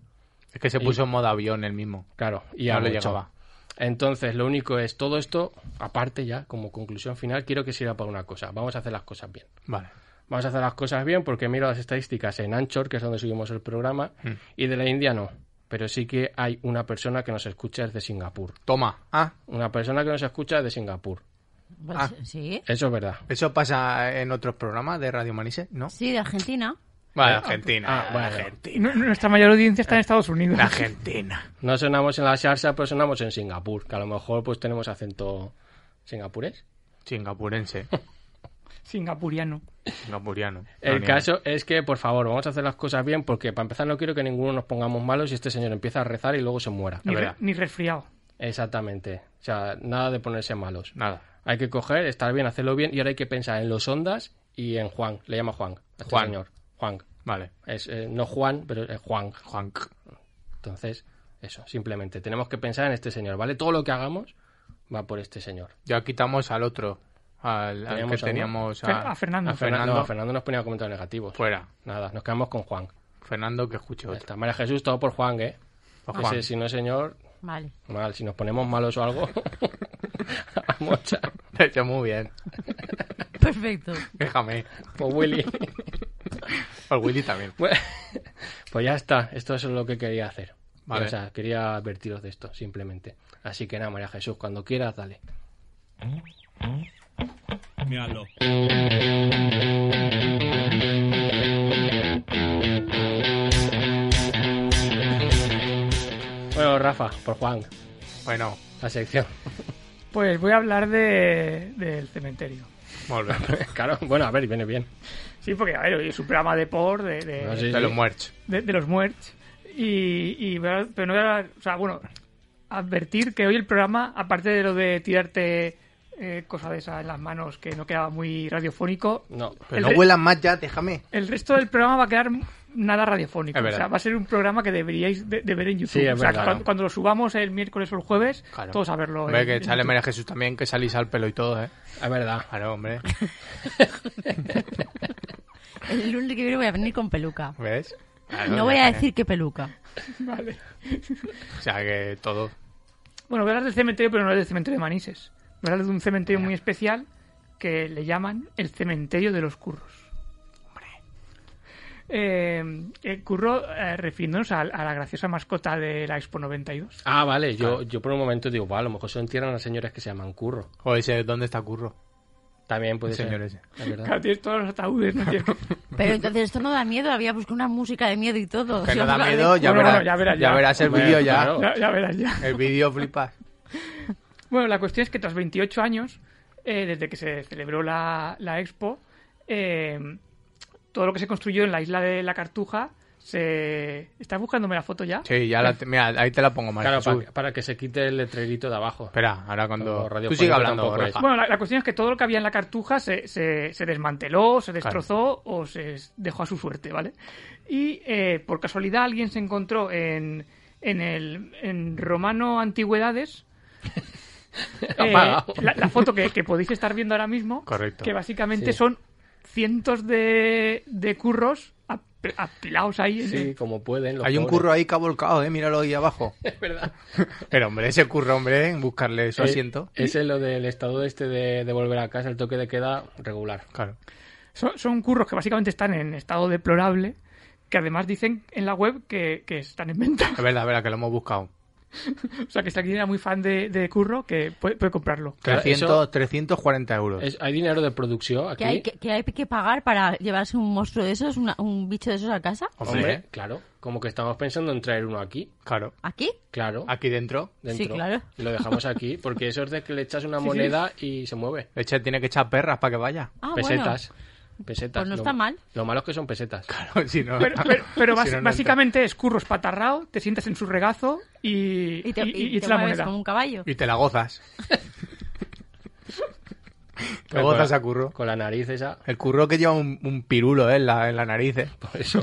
[SPEAKER 3] Es que se
[SPEAKER 4] Y-
[SPEAKER 3] puso en modo avión el mismo.
[SPEAKER 4] Claro, y
[SPEAKER 3] No
[SPEAKER 4] a
[SPEAKER 3] le
[SPEAKER 4] mucho.
[SPEAKER 3] llegaba.
[SPEAKER 4] Entonces, lo único es todo esto, aparte ya, como conclusión final, quiero que sirva para una cosa. Vamos a hacer las cosas bien.
[SPEAKER 3] Vale.
[SPEAKER 4] Vamos a hacer las cosas bien porque miro las estadísticas en Anchor, que es donde subimos el programa, y de la India no. Pero sí que hay una persona que nos escucha desde Singapur.
[SPEAKER 3] Toma. Ah,
[SPEAKER 4] Una persona que nos escucha desde Singapur.
[SPEAKER 6] Pues,
[SPEAKER 3] Ah.
[SPEAKER 6] Sí.
[SPEAKER 4] Eso es verdad.
[SPEAKER 3] ¿eso pasa en otros programas de Radio Manises? ¿No?
[SPEAKER 6] Sí, de Argentina.
[SPEAKER 3] Vale, Argentina.
[SPEAKER 4] Ah, bueno.
[SPEAKER 3] Argentina.
[SPEAKER 5] No- nuestra mayor audiencia
[SPEAKER 4] Eh.
[SPEAKER 5] está en Estados Unidos.
[SPEAKER 3] Argentina.
[SPEAKER 4] No sonamos en la salsa, pero sonamos en Singapur, que a lo mejor pues tenemos acento singapurés.
[SPEAKER 3] Singapurense.
[SPEAKER 5] Singapuriano.
[SPEAKER 3] Singapuriano.
[SPEAKER 4] El
[SPEAKER 3] No,
[SPEAKER 4] caso es que, por favor, vamos a hacer las cosas bien porque, para empezar, no quiero que ninguno nos pongamos malos y este señor empieza a rezar y luego se muera.
[SPEAKER 5] Ni, re-
[SPEAKER 3] verdad.
[SPEAKER 5] ni resfriado.
[SPEAKER 4] Exactamente. O sea, nada de ponerse malos.
[SPEAKER 3] ni- Nada.
[SPEAKER 4] Hay que coger, estar bien, hacerlo bien y ahora hay que pensar en los ondas y en Juan. Le llama Juan. a este
[SPEAKER 3] Juan.
[SPEAKER 4] señor. Juan.
[SPEAKER 3] Vale.
[SPEAKER 4] Es, eh, no Juan, pero es Juan.
[SPEAKER 3] Juan.
[SPEAKER 4] Entonces, eso, simplemente. Tenemos que pensar en este señor, ¿vale? Todo lo que hagamos va por este señor.
[SPEAKER 3] Ya quitamos al otro. Al, al que
[SPEAKER 4] ¿Teníamos
[SPEAKER 3] teníamos
[SPEAKER 4] a uno?
[SPEAKER 5] Fer-
[SPEAKER 3] a,
[SPEAKER 5] a Fernando.
[SPEAKER 4] A Fernando,
[SPEAKER 3] Fernando. Pues-
[SPEAKER 4] a Fernando nos ponía comentarios negativos.
[SPEAKER 3] Fuera.
[SPEAKER 4] Nada, nos quedamos con Juan.
[SPEAKER 3] Fernando que escuche
[SPEAKER 4] Ya
[SPEAKER 3] otro.
[SPEAKER 4] está. María Jesús, todo por Juan, ¿eh?
[SPEAKER 3] Pues- Por Juan.
[SPEAKER 4] Ese, si no, señor,
[SPEAKER 6] Vale.
[SPEAKER 4] mal. Si nos ponemos malos o algo, a mocha.
[SPEAKER 3] Está muy bien.
[SPEAKER 6] Perfecto.
[SPEAKER 3] Déjame.
[SPEAKER 4] O Pues Willy.
[SPEAKER 3] Al Willy también.
[SPEAKER 4] Bueno, pues ya está, esto es lo que quería hacer.
[SPEAKER 3] Vale.
[SPEAKER 4] O sea, quería advertiros de esto, simplemente. Así que nada, María Jesús, cuando quieras, dale.
[SPEAKER 2] Míralo.
[SPEAKER 4] Bueno, Rafa, por Juan,
[SPEAKER 3] Bueno,
[SPEAKER 4] la sección.
[SPEAKER 5] Pues voy a hablar de, del cementerio.
[SPEAKER 3] molt bé.
[SPEAKER 4] claro, bueno, a ver, viene bien.
[SPEAKER 5] Sí, porque, a ver, hoy es un programa de por, de, de-
[SPEAKER 4] No, sí,
[SPEAKER 3] De los muertos.
[SPEAKER 5] de, de los muertos. Y, y voy a- pero no voy a hablar- o sea, bueno, advertir que hoy el programa, aparte de lo de tirarte eh, cosas de esas en las manos que no quedaba muy radiofónico,
[SPEAKER 4] No,
[SPEAKER 3] Pero
[SPEAKER 5] El
[SPEAKER 3] no
[SPEAKER 5] de-
[SPEAKER 3] vuelan más ya, déjame.
[SPEAKER 5] el resto del programa va a quedar nada radiofónico.
[SPEAKER 3] Es
[SPEAKER 5] O
[SPEAKER 3] verdad.
[SPEAKER 5] sea, va a ser un programa que deberíais de, de ver en YouTube.
[SPEAKER 4] Sí, es
[SPEAKER 5] o sea,
[SPEAKER 4] verdad,
[SPEAKER 5] cuando,
[SPEAKER 4] ¿no?
[SPEAKER 5] cuando lo subamos el miércoles o el jueves,
[SPEAKER 3] Claro.
[SPEAKER 5] todos a verlo. eh.
[SPEAKER 3] Hombre,
[SPEAKER 5] en-
[SPEAKER 3] que
[SPEAKER 5] en
[SPEAKER 3] sale
[SPEAKER 5] YouTube.
[SPEAKER 3] María Jesús también, que salís al pelo y todo, ¿eh?
[SPEAKER 4] es verdad.
[SPEAKER 3] Claro, hombre.
[SPEAKER 6] El lunes que viene voy a venir con peluca.
[SPEAKER 3] ¿Ves? Claro,
[SPEAKER 6] No voy a
[SPEAKER 3] déjame.
[SPEAKER 6] decir qué peluca.
[SPEAKER 5] Vale.
[SPEAKER 3] O sea, que todo.
[SPEAKER 5] Bueno, voy a hablar del cementerio, pero no del cementerio de Manises. Voy a hablar de un cementerio muy especial que le llaman el cementerio de los curros. Eh, el curro, eh, refiriéndonos a, a la graciosa mascota de la Expo 92.
[SPEAKER 4] Ah, vale, yo, yo por un momento digo, va, a lo mejor son tierras las señoras que se llaman Curro.
[SPEAKER 3] Joder, ese, ¿dónde está Curro?
[SPEAKER 4] También puede ser.
[SPEAKER 3] Señores.
[SPEAKER 4] La verdad.
[SPEAKER 5] Claro, tienes todos los ataúdes, ¿no? Tienes que-
[SPEAKER 6] Pero entonces esto no da miedo, había buscado una música de miedo y todo.
[SPEAKER 3] Que
[SPEAKER 6] Si
[SPEAKER 3] no
[SPEAKER 6] os
[SPEAKER 3] da
[SPEAKER 6] la de-
[SPEAKER 3] miedo, ya
[SPEAKER 5] Bueno,
[SPEAKER 3] verás,
[SPEAKER 5] bueno, ya verás,
[SPEAKER 3] ya
[SPEAKER 5] ya.
[SPEAKER 3] verás el
[SPEAKER 4] Hombre,
[SPEAKER 3] vídeo ya.
[SPEAKER 4] claro.
[SPEAKER 5] ya, ya verás, ya.
[SPEAKER 3] El vídeo flipas.
[SPEAKER 5] Bueno, la cuestión es que tras 28 años, eh, desde que se celebró la, la expo, eh, todo lo que se construyó en la isla de la Cartuja se. ¿Estás buscándome la foto ya?
[SPEAKER 3] Sí, ya la, mira, ahí te la pongo mal.
[SPEAKER 4] Claro, para, para que se quite el letrerito de abajo.
[SPEAKER 3] Espera, ahora cuando...
[SPEAKER 4] Como radio
[SPEAKER 3] Tú sigue
[SPEAKER 4] fónico
[SPEAKER 3] hablando,
[SPEAKER 4] tampoco es.
[SPEAKER 3] Rafa.
[SPEAKER 5] Bueno, la, la cuestión es que todo lo que había en la cartuja se, se- se desmanteló, se destrozó o se s- dejó a su suerte, ¿vale? Y eh, por casualidad alguien se encontró en, en el en Romano Antigüedades. eh, la,
[SPEAKER 4] Apagado.
[SPEAKER 5] la foto que, que podéis estar viendo ahora mismo,
[SPEAKER 3] Correcto.
[SPEAKER 5] que básicamente
[SPEAKER 4] Sí.
[SPEAKER 5] son cientos de, de curros ap- apilados ahí. en-
[SPEAKER 4] Sí, como pueden. los
[SPEAKER 3] Hay un
[SPEAKER 4] pobres.
[SPEAKER 3] curro ahí que ha volcado, ¿eh? Míralo ahí abajo.
[SPEAKER 4] Es verdad.
[SPEAKER 3] Pero, hombre, ese curro, hombre, en buscarle su
[SPEAKER 4] Eh,
[SPEAKER 3] asiento.
[SPEAKER 4] Ese es lo del estado este de, de volver a casa, el toque de queda regular.
[SPEAKER 3] Claro.
[SPEAKER 5] Son, son curros que básicamente están en estado deplorable, que además dicen en la web que, que están en venta.
[SPEAKER 3] Es verdad, es verdad, que lo hemos buscado.
[SPEAKER 5] O sea, que si alguien era muy fan de, de Curro, que puede, puede comprarlo.
[SPEAKER 4] Claro,
[SPEAKER 3] 300,
[SPEAKER 4] eso-
[SPEAKER 3] 340 euros.
[SPEAKER 4] Es- hay dinero de producción aquí.
[SPEAKER 6] ¿Que hay que, que hay que pagar para llevarse un monstruo de esos, una- un bicho de esos a casa?
[SPEAKER 4] Hombre,
[SPEAKER 3] Hombre.
[SPEAKER 4] claro. Como que estamos pensando en traer uno aquí.
[SPEAKER 3] Claro.
[SPEAKER 6] ¿Aquí?
[SPEAKER 4] Claro.
[SPEAKER 3] Aquí dentro,
[SPEAKER 4] dentro.
[SPEAKER 6] Sí, claro.
[SPEAKER 4] Y Lo dejamos aquí porque eso es de que le echas una moneda y se mueve.
[SPEAKER 3] Echa- tiene que echar perras para que vaya.
[SPEAKER 6] Ah, bueno.
[SPEAKER 4] pesetas. Pesetas.
[SPEAKER 6] Pues
[SPEAKER 4] Lo-
[SPEAKER 6] no está mal.
[SPEAKER 4] Lo malo es que son pesetas.
[SPEAKER 3] Claro, si no...
[SPEAKER 5] Pero, pero- pero
[SPEAKER 3] si
[SPEAKER 5] bas-
[SPEAKER 3] no, no entra.
[SPEAKER 5] básicamente es Curro espatarrao, te sientas en su regazo y,
[SPEAKER 6] Y te,
[SPEAKER 5] y-
[SPEAKER 6] y
[SPEAKER 5] y
[SPEAKER 6] te
[SPEAKER 5] es la
[SPEAKER 6] mueves
[SPEAKER 5] moneda.
[SPEAKER 6] como un caballo.
[SPEAKER 3] Y te la gozas. te
[SPEAKER 4] Pero con
[SPEAKER 3] gozas
[SPEAKER 4] la-
[SPEAKER 3] a curro.
[SPEAKER 4] Con la nariz esa.
[SPEAKER 3] El curro que lleva un, un pirulo eh, en, la, en la nariz. eh.
[SPEAKER 4] Por eso.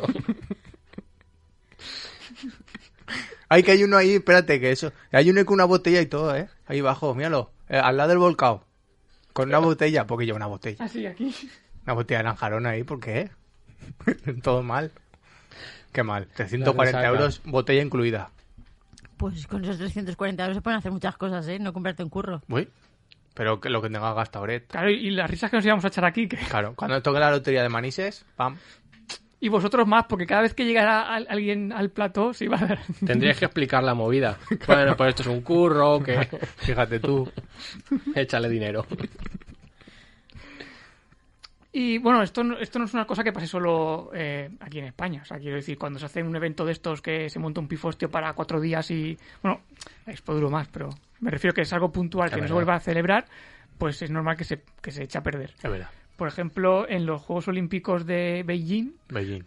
[SPEAKER 3] Hay que hay uno ahí, espérate, que eso. Hay uno con una botella y todo, ¿eh? Ahí abajo, míralo. eh, al lado del volcado. Con una botella, porque lleva una botella.
[SPEAKER 5] Así, Ah, aquí.
[SPEAKER 3] Una botella de lanjarón ahí, ¿por qué? todo mal. Qué mal.
[SPEAKER 4] La
[SPEAKER 3] 340
[SPEAKER 4] resaca.
[SPEAKER 3] euros, botella incluida.
[SPEAKER 6] Pues con esos 340 euros se pueden hacer muchas cosas, ¿eh? No comprarte un curro.
[SPEAKER 3] Uy. Pero que lo que tenga gastado, ¿eh?
[SPEAKER 5] Claro, y las risas que nos íbamos a echar aquí. que-
[SPEAKER 3] Claro, cuando toque la lotería de manises, pam.
[SPEAKER 5] Y vosotros más, porque cada vez que llegara al- alguien al plató, se iba a dar.
[SPEAKER 4] Tendrías que explicar la movida. Bueno, pues esto es un curro, que
[SPEAKER 3] Fíjate tú.
[SPEAKER 4] échale dinero.
[SPEAKER 5] Y bueno, esto no, esto no es una cosa que pase solo eh, aquí en España. O sea, quiero decir, cuando se hace un evento de estos que se monta un pifostio para cuatro días y. Bueno, la expo duró más, pero me refiero que es algo puntual que
[SPEAKER 4] Es
[SPEAKER 5] no se
[SPEAKER 4] verdad.
[SPEAKER 5] vuelva a celebrar, pues es normal que se, que se eche a perder.
[SPEAKER 3] Es verdad.
[SPEAKER 5] Por ejemplo, en los Juegos Olímpicos de Beijing.
[SPEAKER 3] Beijing.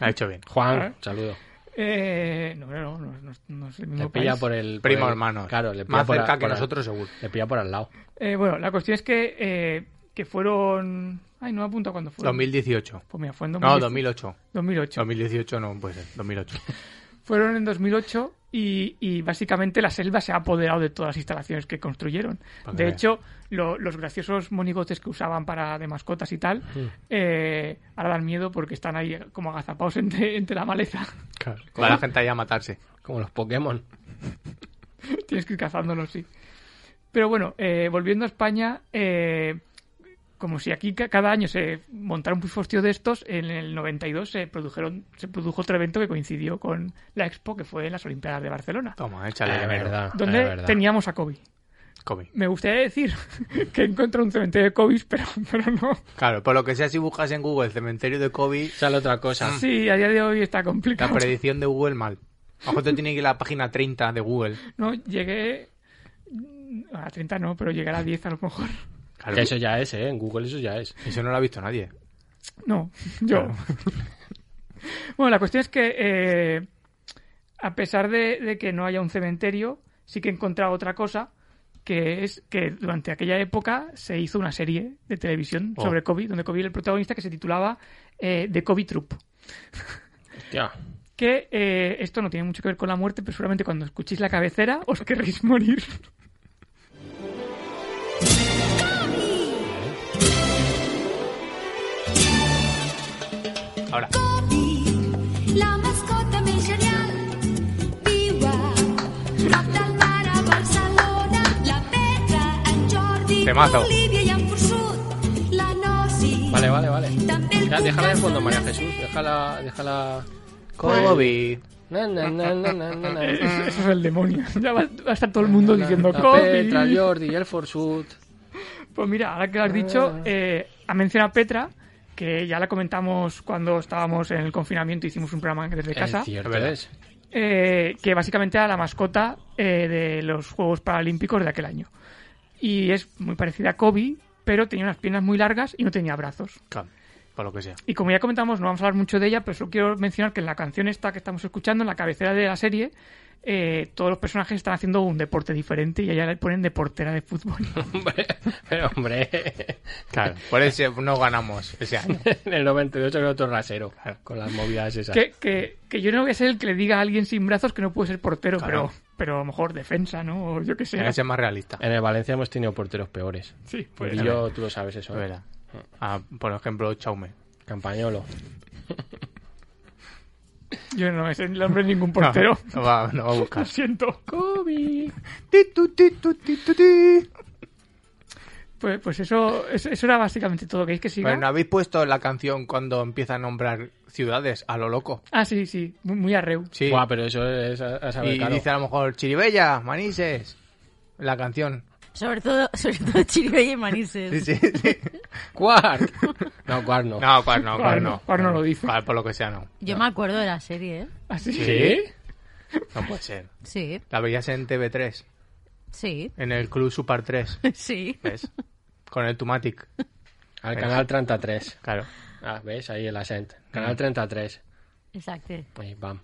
[SPEAKER 3] Ha hecho
[SPEAKER 4] Pues,
[SPEAKER 3] bien.
[SPEAKER 4] Juan, saludo.
[SPEAKER 5] eh, no, no, no, no, no es el mismo
[SPEAKER 4] Le pilla
[SPEAKER 5] país.
[SPEAKER 4] por el. por
[SPEAKER 3] Primo
[SPEAKER 4] el-
[SPEAKER 3] hermano.
[SPEAKER 4] Claro, le pilla
[SPEAKER 3] Más
[SPEAKER 4] por a-
[SPEAKER 3] cerca que
[SPEAKER 4] por a-
[SPEAKER 3] nosotros, seguro.
[SPEAKER 4] Le pilla por al lado.
[SPEAKER 5] Eh, bueno, la cuestión es que, eh, que fueron. Ay, no me apunto cuándo fue.
[SPEAKER 3] 2018.
[SPEAKER 5] Pues mira, fue en
[SPEAKER 3] No,
[SPEAKER 5] 2010,
[SPEAKER 3] 2008.
[SPEAKER 5] 2008.
[SPEAKER 3] 2018 no pues, puede ser, 2008.
[SPEAKER 5] Fueron en 2008 y, y básicamente la selva se ha apoderado de todas las instalaciones que construyeron.
[SPEAKER 3] Para que
[SPEAKER 5] De
[SPEAKER 3] veas.
[SPEAKER 5] hecho, lo- los graciosos monigotes que usaban para de mascotas y tal, eh, ahora dan miedo porque están ahí como agazapados entre, entre la maleza.
[SPEAKER 3] Va la gente ahí a matarse.
[SPEAKER 4] Como los Pokémon.
[SPEAKER 5] Tienes que ir cazándolos, sí. Pero bueno, eh, volviendo a España, eh, como si aquí ca- cada año se montara un pifostio de estos, en el 92 se, produjeron, se produjo otro evento que coincidió con la expo, que fue en las Olimpiadas de Barcelona,
[SPEAKER 3] Toma,
[SPEAKER 4] Ah, Es
[SPEAKER 3] échale. dinero.
[SPEAKER 4] verdad. es
[SPEAKER 5] donde
[SPEAKER 4] verdad.
[SPEAKER 5] teníamos a Kobe.
[SPEAKER 3] Kobe.
[SPEAKER 5] Me gustaría decir que encuentro un cementerio de Kobe, pero, pero no.
[SPEAKER 3] Claro, por lo que sea, si buscas en Google cementerio de Kobe,
[SPEAKER 4] Sale otra cosa.
[SPEAKER 5] Sí, a día de hoy está
[SPEAKER 3] Ah. la
[SPEAKER 5] complicado.
[SPEAKER 3] predicción de Google mal. Ojo, te tiene que ir a la página 30 de Google.
[SPEAKER 5] No, llegué mm, a 30 no, pero llegué a la 10 a lo mejor.
[SPEAKER 3] Claro,
[SPEAKER 4] Que eso ya es, ¿eh? En Google eso ya es.
[SPEAKER 3] eso no lo ha visto nadie.
[SPEAKER 5] No, yo. bueno, la cuestión es que eh, a pesar de, de que no haya un cementerio, sí que he encontrado otra cosa, que es que durante aquella época se hizo una serie de televisión
[SPEAKER 3] Oh.
[SPEAKER 5] sobre Kobe, donde Kobe era el protagonista que se titulaba eh, The Kobe Troop.
[SPEAKER 4] Hostia.
[SPEAKER 5] Que eh, esto no tiene mucho que ver con la muerte, pero seguramente cuando escuchéis la cabecera os querréis morir.
[SPEAKER 3] Ahora,
[SPEAKER 7] La mascota més genial viu a prop del mar a Barcelona. La Petra, en Jordi,
[SPEAKER 3] Temazo.
[SPEAKER 7] l'Olivia i en Forçut, la Nosi.
[SPEAKER 4] Vale, vale, vale.
[SPEAKER 7] També el
[SPEAKER 4] Ya, déjala de fondo,
[SPEAKER 7] Cucas,
[SPEAKER 4] María
[SPEAKER 7] la
[SPEAKER 4] Jesús. Déjala. déjala... Pues-
[SPEAKER 3] Kobe.
[SPEAKER 4] Na, na, na, na, na, na, na.
[SPEAKER 5] Eso, eso
[SPEAKER 4] Ah,
[SPEAKER 5] es el demonio. Ya va, va a estar todo el mundo diciendo
[SPEAKER 4] La
[SPEAKER 5] Kobe.
[SPEAKER 4] Petra, el Jordi y el Forsut.
[SPEAKER 5] Pues mira, ahora que lo has dicho, eh, ha mencionado a Petra, que ya la comentamos cuando estábamos en el confinamiento, hicimos un programa desde casa,
[SPEAKER 4] Es cierto,
[SPEAKER 3] Es verdad.
[SPEAKER 4] es.
[SPEAKER 5] eh, que básicamente era la mascota eh, de los Juegos Paralímpicos de aquel año. Y es muy parecida a Kobe, pero tenía unas piernas muy largas y no tenía brazos.
[SPEAKER 3] Claro, por lo que sea.
[SPEAKER 5] Y como ya comentamos, no vamos a hablar mucho de ella, pero solo quiero mencionar que en la canción esta que estamos escuchando, en la cabecera de la serie, eh, todos los personajes están haciendo un deporte diferente y a ella le ponen deportera de fútbol.
[SPEAKER 4] Hombre, pero hombre,
[SPEAKER 3] Claro, por eso no ganamos ese año.
[SPEAKER 4] en el 98 era otro rasero, con las movidas esas.
[SPEAKER 5] que, que, que yo no voy a ser el que le diga a alguien sin brazos que no puede ser portero,
[SPEAKER 3] Claro.
[SPEAKER 5] pero, pero a lo mejor defensa, ¿no? O yo qué sé.
[SPEAKER 3] Tiene que ser más realista.
[SPEAKER 4] En el Valencia hemos tenido porteros peores.
[SPEAKER 5] Sí, pues,
[SPEAKER 4] Y yo, tú lo sabes eso.
[SPEAKER 3] Es
[SPEAKER 4] ¿eh?
[SPEAKER 3] verdad. Ah, por ejemplo, Chaume.
[SPEAKER 4] Campañolo.
[SPEAKER 5] yo no es el nombre de ningún portero.
[SPEAKER 3] No, no va, no va a buscar.
[SPEAKER 5] Lo siento.
[SPEAKER 3] Ti, tu, ti, tu, ti, tu, ti.
[SPEAKER 5] Pues, pues eso, eso, eso era básicamente todo. ¿Queréis que siga?
[SPEAKER 3] Pero no habéis puesto la canción cuando empieza a nombrar ciudades a lo loco.
[SPEAKER 5] Ah, sí, sí. Muy, muy arreu.
[SPEAKER 3] Sí.
[SPEAKER 4] Buah, pero eso es a, a saber,
[SPEAKER 3] y
[SPEAKER 4] claro.
[SPEAKER 3] dice a lo mejor Chiribella, Manises. La canción.
[SPEAKER 6] Sobre todo, sobre todo Chiribella y Manises.
[SPEAKER 3] Sí, sí, sí.
[SPEAKER 4] ¡Cuar! No, cuar no.
[SPEAKER 3] No, cuál no,
[SPEAKER 5] Ahora
[SPEAKER 3] cuál no.
[SPEAKER 5] ahora no lo dice.
[SPEAKER 3] Cuál, por lo que sea, no.
[SPEAKER 6] Yo me acuerdo de la serie, ¿eh?
[SPEAKER 5] Así.
[SPEAKER 4] ¿Sí?
[SPEAKER 3] No puede ser.
[SPEAKER 6] Sí,
[SPEAKER 3] La veías en TV3,
[SPEAKER 6] sí,
[SPEAKER 3] en el Club Super 3.
[SPEAKER 6] sí.
[SPEAKER 3] ¿Ves? Con el Tumatic.
[SPEAKER 4] Al
[SPEAKER 3] Eso.
[SPEAKER 4] canal 33.
[SPEAKER 3] Claro.
[SPEAKER 4] Ah, ¿ves? Ahí el ascent.
[SPEAKER 3] Mm.
[SPEAKER 4] Canal 33.
[SPEAKER 6] Exacto.
[SPEAKER 4] Ahí, bam.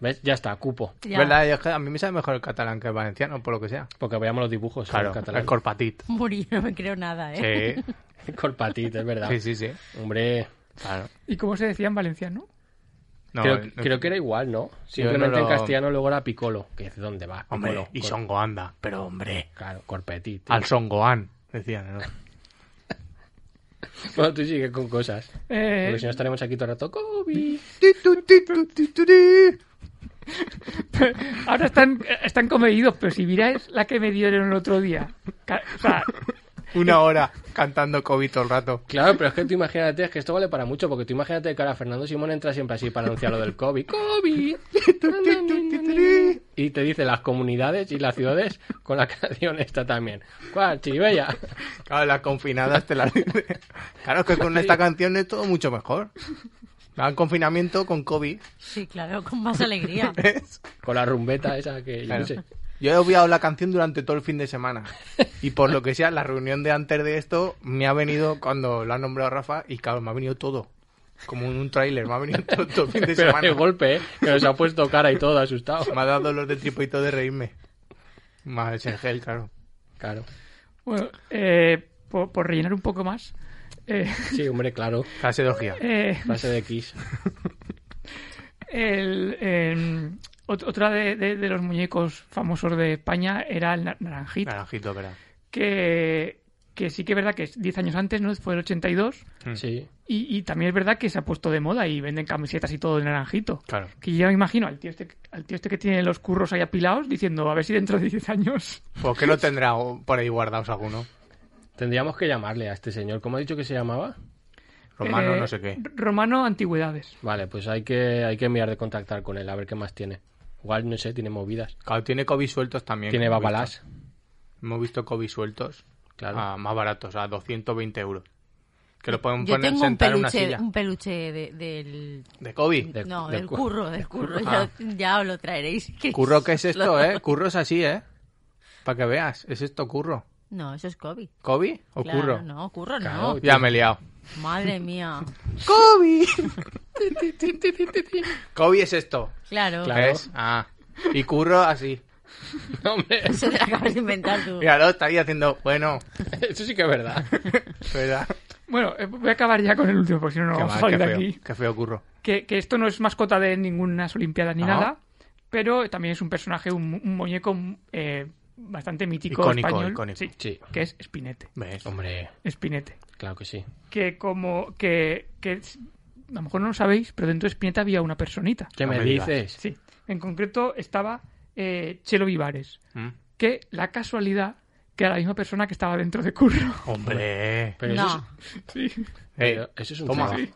[SPEAKER 4] ¿Ves? Ya está, cupo.
[SPEAKER 6] Ya.
[SPEAKER 3] ¿Verdad? Y es que a mí me sabe mejor el catalán que el valenciano, por lo que sea.
[SPEAKER 4] Porque veamos los dibujos. en
[SPEAKER 3] Claro,
[SPEAKER 4] catalán.
[SPEAKER 3] el corpatit.
[SPEAKER 6] Muri, no me creo nada, ¿eh?
[SPEAKER 3] Sí,
[SPEAKER 4] Corpatito, es verdad.
[SPEAKER 3] sí, sí, sí.
[SPEAKER 4] Hombre,
[SPEAKER 3] Claro.
[SPEAKER 5] ¿Y cómo se decía en valenciano?
[SPEAKER 3] No,
[SPEAKER 4] creo,
[SPEAKER 3] no-
[SPEAKER 4] creo que era igual, ¿no?
[SPEAKER 3] no
[SPEAKER 4] Simplemente
[SPEAKER 3] lo-
[SPEAKER 4] en castellano luego era Piccolo, que es donde va.
[SPEAKER 3] Hombre,
[SPEAKER 4] Piccolo,
[SPEAKER 3] y
[SPEAKER 4] Cor-
[SPEAKER 3] Songo anda. Pero hombre,
[SPEAKER 4] Claro, corpetito.
[SPEAKER 3] al Songoan, decían. ¿no?
[SPEAKER 4] Bueno, tú sigues con cosas.
[SPEAKER 5] Eh,
[SPEAKER 4] Porque si no estaremos aquí todo el rato. Kobe.
[SPEAKER 5] ahora están, están comedidos, pero si miráis la que me dieron el otro día. Ca- O sea,
[SPEAKER 3] Una hora cantando Kobe todo el rato.
[SPEAKER 4] Claro, pero es que tú imagínate, es que esto vale para mucho, porque tú imagínate que ahora Fernando Simón entra siempre así para anunciar lo del COVID. ¡COVID! Y te dice las comunidades y las ciudades con la canción esta también. ¿Cuál, Chiribella?
[SPEAKER 3] Claro, las confinadas te las dice. Claro, es que con esta canción es todo mucho mejor. Al confinamiento con Kobe.
[SPEAKER 6] Sí, claro, con más alegría.
[SPEAKER 3] ¿ves?
[SPEAKER 4] Con la rumbeta esa que yo
[SPEAKER 3] Claro.
[SPEAKER 4] no sé.
[SPEAKER 3] Yo he obviado la canción durante todo el fin de semana. Y por lo que sea, la reunión de antes de esto me ha venido cuando lo ha nombrado Rafa y claro, me ha venido todo. Como en un tráiler, me ha venido todo, todo el fin de
[SPEAKER 4] Pero
[SPEAKER 3] semana.
[SPEAKER 4] qué golpe, ¿eh? Que nos ha puesto cara y todo, asustado.
[SPEAKER 3] Me ha dado dolor de tripo y todo de reírme. Más el gel, claro.
[SPEAKER 4] Claro.
[SPEAKER 5] bueno, eh, por, por rellenar un poco más. eh,
[SPEAKER 4] Sí, hombre, claro.
[SPEAKER 3] Clase de orgía.
[SPEAKER 5] eh,
[SPEAKER 4] Frase de Kiss.
[SPEAKER 5] El, em, ot- otra de, de- de los muñecos famosos de España era el na- Naranjito,
[SPEAKER 3] Naranjito, ¿verdad?
[SPEAKER 5] que, que sí que es verdad que es 10 años antes, ¿no? Después del 82.
[SPEAKER 3] Hmm.
[SPEAKER 4] Sí.
[SPEAKER 5] Y, y también es verdad que se ha puesto de moda y venden camisetas y todo de Naranjito.
[SPEAKER 3] Claro.
[SPEAKER 5] Que yo me imagino al tío, este, al tío este que tiene los curros ahí apilados diciendo a ver si dentro de 10 años.
[SPEAKER 3] ¿Por qué Pues lo tendrá o- por ahí guardados alguno?
[SPEAKER 4] Tendríamos que llamarle a este señor. ¿Cómo ha dicho que se llamaba?
[SPEAKER 3] Romano,
[SPEAKER 5] Eh,
[SPEAKER 3] no sé qué.
[SPEAKER 5] Romano Antigüedades.
[SPEAKER 4] Vale, pues hay que, hay que mirar de contactar con él, a ver qué más tiene. Igual, no sé, tiene movidas.
[SPEAKER 3] Claro, tiene Kobe sueltos también.
[SPEAKER 4] Tiene
[SPEAKER 3] Hemos
[SPEAKER 4] babalás.
[SPEAKER 3] visto- Hemos visto Kobe sueltos.
[SPEAKER 4] Claro.
[SPEAKER 3] a más baratos, a 220 euros. Que lo pueden
[SPEAKER 6] Ah. Yo
[SPEAKER 3] poner
[SPEAKER 6] tengo un
[SPEAKER 3] sentar en una
[SPEAKER 6] peluche,
[SPEAKER 3] silla.
[SPEAKER 6] un peluche de- del...
[SPEAKER 3] De Kobe.
[SPEAKER 4] De-
[SPEAKER 6] no,
[SPEAKER 4] del
[SPEAKER 6] del
[SPEAKER 4] cu-
[SPEAKER 6] curro, del curro.
[SPEAKER 3] Ah.
[SPEAKER 6] Ya, ya os lo traeréis.
[SPEAKER 3] Curro, ¿qué es esto, eh? Curro es así, eh. Para que veas, ¿es esto curro?
[SPEAKER 6] No, eso es Kobe.
[SPEAKER 3] ¿Kobe o
[SPEAKER 6] Claro,
[SPEAKER 3] curro?
[SPEAKER 6] No, curro
[SPEAKER 4] Claro.
[SPEAKER 6] no.
[SPEAKER 3] Ya me he liado.
[SPEAKER 6] Madre mía.
[SPEAKER 3] ¡Kobe! Kobe es esto.
[SPEAKER 6] Claro.
[SPEAKER 4] Claro.
[SPEAKER 3] ¿Ves? Ah. Y curro así.
[SPEAKER 4] No, hombre,
[SPEAKER 6] Eso te lo acabas de inventar tú.
[SPEAKER 3] Míralo, está ahí haciendo. Bueno,
[SPEAKER 4] eso sí que es verdad.
[SPEAKER 3] ¿verdad?
[SPEAKER 5] Bueno, eh, voy a acabar ya con el último, porque si no, no
[SPEAKER 3] Qué
[SPEAKER 5] vamos
[SPEAKER 3] mal,
[SPEAKER 5] a salir
[SPEAKER 3] qué
[SPEAKER 5] de
[SPEAKER 3] feo,
[SPEAKER 5] aquí.
[SPEAKER 3] qué feo curro.
[SPEAKER 5] que, que esto no es mascota de ninguna Olimpiadas ni
[SPEAKER 3] Ah.
[SPEAKER 5] nada, pero también es un personaje, un, un muñeco eh, bastante mítico
[SPEAKER 3] Icónico,
[SPEAKER 5] español,
[SPEAKER 3] icónico.
[SPEAKER 5] sí,
[SPEAKER 4] Sí.
[SPEAKER 5] que es Spinete.
[SPEAKER 3] ¿Ves?
[SPEAKER 4] Hombre,
[SPEAKER 5] Spinete.
[SPEAKER 4] claro que sí.
[SPEAKER 5] Que como que, que es- a lo mejor no lo sabéis, pero dentro de Spinete había una personita.
[SPEAKER 4] ¿Qué
[SPEAKER 3] No
[SPEAKER 4] me
[SPEAKER 3] me digas.
[SPEAKER 4] dices?
[SPEAKER 5] Sí, en concreto estaba eh, Chelo Vivares,
[SPEAKER 3] Mm.
[SPEAKER 5] que la casualidad que era la misma persona que estaba dentro de Curro.
[SPEAKER 4] Oh.
[SPEAKER 3] Hombre.
[SPEAKER 4] Pero eso
[SPEAKER 6] No,
[SPEAKER 5] Sí.
[SPEAKER 3] Ey,
[SPEAKER 4] Pero eso es un
[SPEAKER 3] toma.
[SPEAKER 4] trabajo.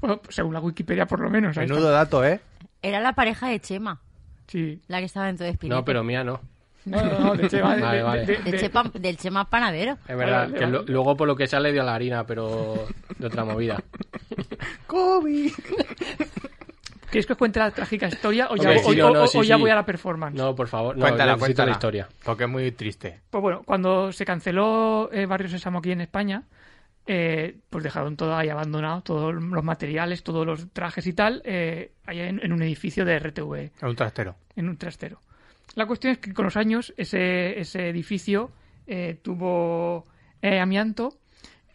[SPEAKER 5] Bueno, pues según la Wikipedia por lo menos. ahí
[SPEAKER 3] Menudo dato, ¿eh?
[SPEAKER 6] era la pareja de Chema,
[SPEAKER 5] está. Sí.
[SPEAKER 6] la que estaba dentro de
[SPEAKER 4] es-
[SPEAKER 6] Spinetta.
[SPEAKER 4] No, pero mía no.
[SPEAKER 5] No, no, no, de Chema. de-
[SPEAKER 4] Vale,
[SPEAKER 5] de-
[SPEAKER 4] vale.
[SPEAKER 5] de-
[SPEAKER 6] Del
[SPEAKER 5] de-
[SPEAKER 6] Chema, del Chema panadero.
[SPEAKER 4] Es verdad,
[SPEAKER 5] Vale,
[SPEAKER 4] que
[SPEAKER 5] vale.
[SPEAKER 4] lo- luego por lo que sea le dio la harina, pero de otra movida.
[SPEAKER 3] ¡Kobe!
[SPEAKER 5] ¿Queréis que os cuente la trágica historia o ya,
[SPEAKER 4] Hombre,
[SPEAKER 5] o-
[SPEAKER 4] sí, no,
[SPEAKER 5] o-
[SPEAKER 4] no,
[SPEAKER 5] o-
[SPEAKER 4] sí,
[SPEAKER 5] o ya
[SPEAKER 4] sí.
[SPEAKER 5] voy a la performance?
[SPEAKER 4] No, por favor, no,
[SPEAKER 3] cuéntala,
[SPEAKER 4] necesito
[SPEAKER 3] cuéntala.
[SPEAKER 4] la historia.
[SPEAKER 3] Porque es muy triste.
[SPEAKER 5] Pues bueno, cuando se canceló eh, Barrio Sésamo aquí en España, eh, pues dejaron todo ahí abandonado, todos los materiales, todos los trajes y tal, eh, ahí en, en un edificio de RTV,
[SPEAKER 3] Es un trastero.
[SPEAKER 5] en un trastero. La cuestión es que con los años ese, ese edificio eh, tuvo eh, amianto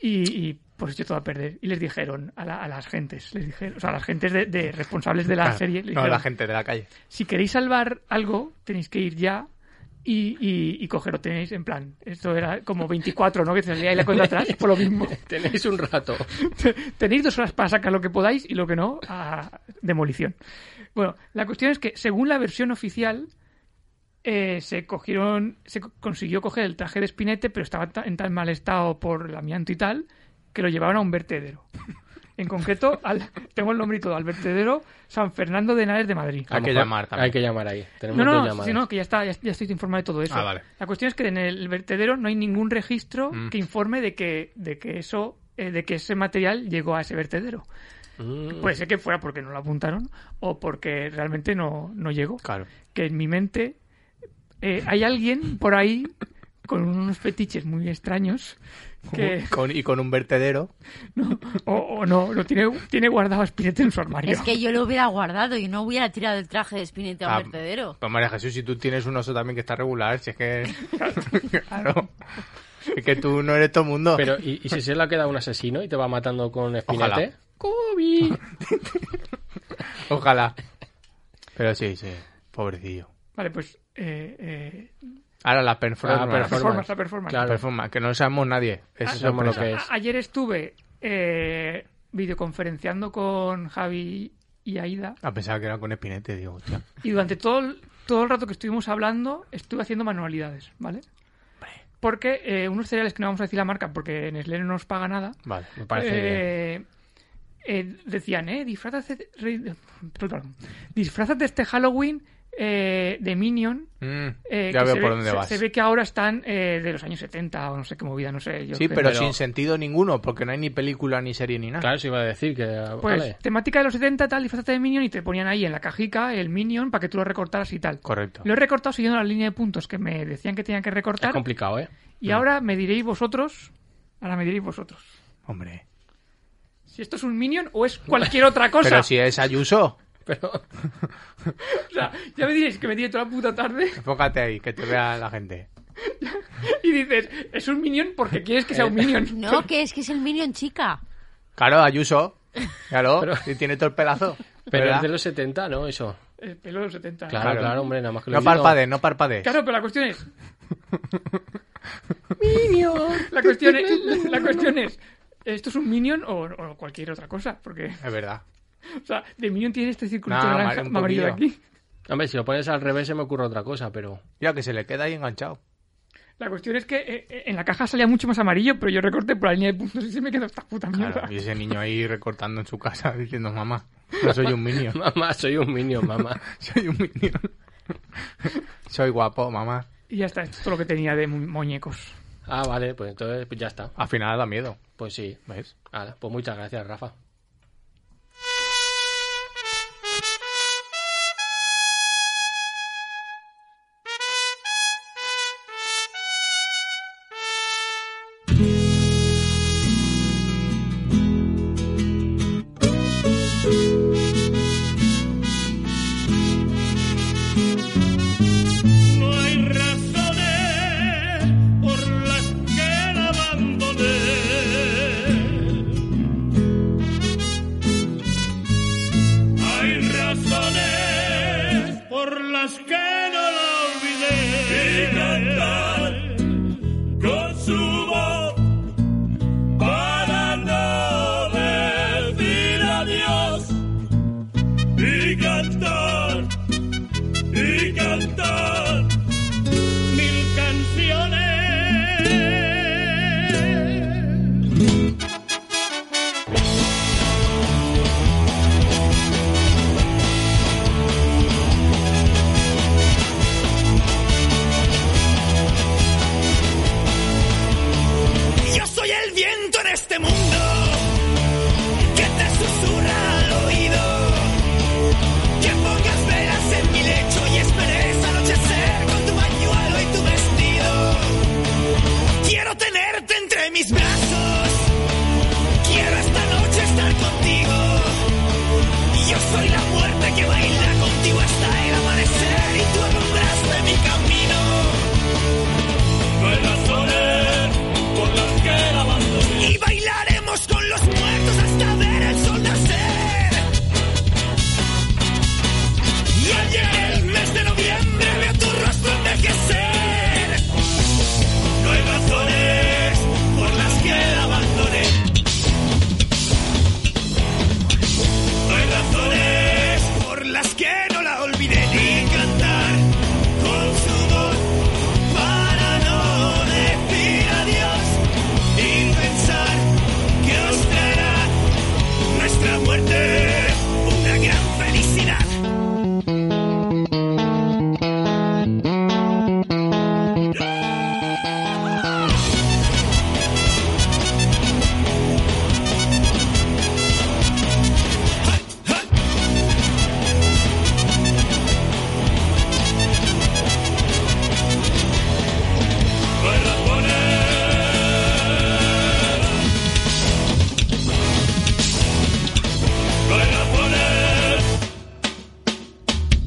[SPEAKER 5] y, y, pues echó todo a perder. Y les dijeron a, la- a las gentes, les dijeron, o sea, a las gentes de, de responsables de la
[SPEAKER 3] Claro,
[SPEAKER 5] serie, les
[SPEAKER 3] No, la
[SPEAKER 5] dijeron,
[SPEAKER 3] gente de la calle.
[SPEAKER 5] si queréis salvar algo, tenéis que ir ya y, y, y cogerlo. Tenéis, en plan, esto era como 24, ¿no? Que te salía ahí la cuenta atrás, por lo mismo.
[SPEAKER 4] Tenéis un rato.
[SPEAKER 5] Tenéis dos horas para sacar lo que podáis y lo que no, a demolición. Bueno, la cuestión es que, según la versión oficial, eh, se cogieron, se co- consiguió coger el traje de Spinete, pero estaba ta- en tan mal estado por el amianto y tal, que lo llevaron a un vertedero. En concreto, al, tengo el nombre y todo, al vertedero San Fernando de Henares de Madrid.
[SPEAKER 4] A lo
[SPEAKER 3] que
[SPEAKER 4] mejor
[SPEAKER 3] llamar también.
[SPEAKER 4] Hay que llamar ahí. Tenemos
[SPEAKER 5] No, no,
[SPEAKER 4] dos
[SPEAKER 5] no,
[SPEAKER 4] llamadas.
[SPEAKER 5] sí, no, que ya está, ya, ya estoy informado de todo eso.
[SPEAKER 3] Ah, vale.
[SPEAKER 5] La cuestión es que en el vertedero no hay ningún registro que informe de que, de que eso, eh, de que ese material llegó a ese vertedero.
[SPEAKER 4] Mm,
[SPEAKER 5] Puede ser que fuera porque no lo apuntaron o porque realmente no, no llegó.
[SPEAKER 3] Claro.
[SPEAKER 5] Que en mi mente eh, hay alguien por ahí con unos fetiches muy extraños que
[SPEAKER 3] Con- y con un vertedero.
[SPEAKER 5] o, o no lo tiene tiene guardado a Spinetta en su armario.
[SPEAKER 6] Es que yo lo hubiera guardado y no hubiera tirado el traje de espinete a
[SPEAKER 3] Ah,
[SPEAKER 6] un vertedero.
[SPEAKER 3] Pues María Jesús, si tú tienes un oso también que está regular, si es que... claro. Es que tú no eres todo mundo.
[SPEAKER 4] Pero, ¿y, y si se le ha quedado un asesino y te va matando con espinete?
[SPEAKER 3] Ojalá.
[SPEAKER 4] ¡Kobe!
[SPEAKER 3] Ojalá. Pero sí, sí. Pobrecillo.
[SPEAKER 5] Vale, pues eh, eh,
[SPEAKER 3] Ahora la performance.
[SPEAKER 4] Ah, performance.
[SPEAKER 5] performance, la performance.
[SPEAKER 4] Claro.
[SPEAKER 3] Performance, que no sabemos nadie. Eso es
[SPEAKER 4] Sabemos lo que es.
[SPEAKER 5] A- Ayer estuve eh, videoconferenciando con Javi y Aida
[SPEAKER 3] A pesar Ah, que era con espinete, digo, hostia.
[SPEAKER 5] y durante todo el, todo el rato que estuvimos hablando estuve haciendo manualidades, ¿¿vale? Porque eh, unos cereales que no vamos a decir la marca porque Nestlé no nos paga nada,
[SPEAKER 3] Vale.
[SPEAKER 4] Me parece bien.
[SPEAKER 5] eh, eh, decían, eh, disfrázate, re- perdón, disfrázate este Halloween eh, de Minion.
[SPEAKER 3] Mm,
[SPEAKER 5] eh,
[SPEAKER 3] ya
[SPEAKER 5] que
[SPEAKER 3] veo
[SPEAKER 5] se
[SPEAKER 3] por
[SPEAKER 5] ve-
[SPEAKER 3] dónde
[SPEAKER 5] se-
[SPEAKER 3] vas.
[SPEAKER 5] Se ve que ahora están eh, de los años 70 o no sé qué movida, no sé. Yo
[SPEAKER 3] sí,
[SPEAKER 5] qué-
[SPEAKER 3] pero,
[SPEAKER 4] pero-
[SPEAKER 3] sin sentido ninguno, porque no hay ni película, ni serie, ni nada.
[SPEAKER 4] Claro, eso iba a decir que...
[SPEAKER 5] Pues
[SPEAKER 4] vale.
[SPEAKER 5] temática de los 70, tal, disfrazate de Minion y te ponían ahí en la cajica el Minion para que tú lo recortaras y tal.
[SPEAKER 3] Correcto.
[SPEAKER 5] Lo he recortado siguiendo la línea de puntos que me decían que tenía que
[SPEAKER 4] Es
[SPEAKER 5] recortar.
[SPEAKER 4] complicado, ¿eh?
[SPEAKER 5] Y ahora me diréis vosotros, ahora me diréis vosotros,
[SPEAKER 3] Hombre.
[SPEAKER 5] si esto es un Minion o es cualquier otra cosa.
[SPEAKER 3] Pero si es Ayuso,
[SPEAKER 4] Pero...
[SPEAKER 5] O sea, ya me diréis que me tiré toda la puta tarde
[SPEAKER 3] enfócate ahí, que te vea la gente.
[SPEAKER 5] y dices, es un Minion porque quieres que sea
[SPEAKER 4] Eh,
[SPEAKER 5] un Minion.
[SPEAKER 6] No, que es que es el Minion chica.
[SPEAKER 3] Claro, Ayuso. Claro,
[SPEAKER 4] Pero-
[SPEAKER 3] y tiene todo el pelazo.
[SPEAKER 4] Pero
[SPEAKER 3] ¿verdad?
[SPEAKER 4] es de los 70, ¿no? Eso.
[SPEAKER 5] El pelo de los 70.
[SPEAKER 4] Claro,
[SPEAKER 3] Claro.
[SPEAKER 4] claro, hombre, nada más que lo
[SPEAKER 3] No
[SPEAKER 4] he visto.
[SPEAKER 3] parpadees, no parpadees.
[SPEAKER 5] Claro, pero la cuestión es. ¡Minion! La cuestión es. La, la cuestión es ¿Esto es un Minion o, o cualquier otra cosa? Porque.
[SPEAKER 3] Es verdad.
[SPEAKER 5] O sea, de Minion tiene este circulito
[SPEAKER 3] No,
[SPEAKER 5] naranja
[SPEAKER 3] un
[SPEAKER 5] amarillo de
[SPEAKER 3] poquillo.
[SPEAKER 5] aquí.
[SPEAKER 4] Hombre, si lo pones al revés se me ocurre otra cosa, pero...
[SPEAKER 3] Ya que se le queda ahí enganchado.
[SPEAKER 5] La cuestión es que eh, eh, en la caja salía mucho más amarillo, pero yo recorté por la línea de puntos y se me quedó esta puta mierda.
[SPEAKER 3] Claro, y ese niño ahí recortando en su casa diciendo, mamá, no soy un minion.
[SPEAKER 4] Mamá, soy un minion, mamá.
[SPEAKER 3] Soy un minion. soy guapo, mamá.
[SPEAKER 5] Y ya está, esto es todo lo que tenía de mu- muñecos.
[SPEAKER 4] Ah, vale, pues entonces pues ya está.
[SPEAKER 3] Al final da miedo,
[SPEAKER 4] Pues sí.
[SPEAKER 3] ¿ves?
[SPEAKER 4] Ala, pues muchas gracias, Rafa.
[SPEAKER 8] No hay razones por las que la abandoné. susurra al oído que pongas velas en mi lecho y esperes anochecer con tu pañuelo y tu vestido. Quiero tenerte entre mis brazos, quiero esta noche estar contigo. Yo soy la muerte que baila contigo hasta el amanecer y tú alumbraste mi camino. Y bailaremos con los muertos hasta ver el sol nacer. Y al llegar el mes de noviembre veo tu rostro envejecer. No hay razones por las que la abandoné. No hay razones por las que no la olvidé ni cantar con su voz para no decir adiós y pensar que os traerá nuestra muerte una gran felicidad.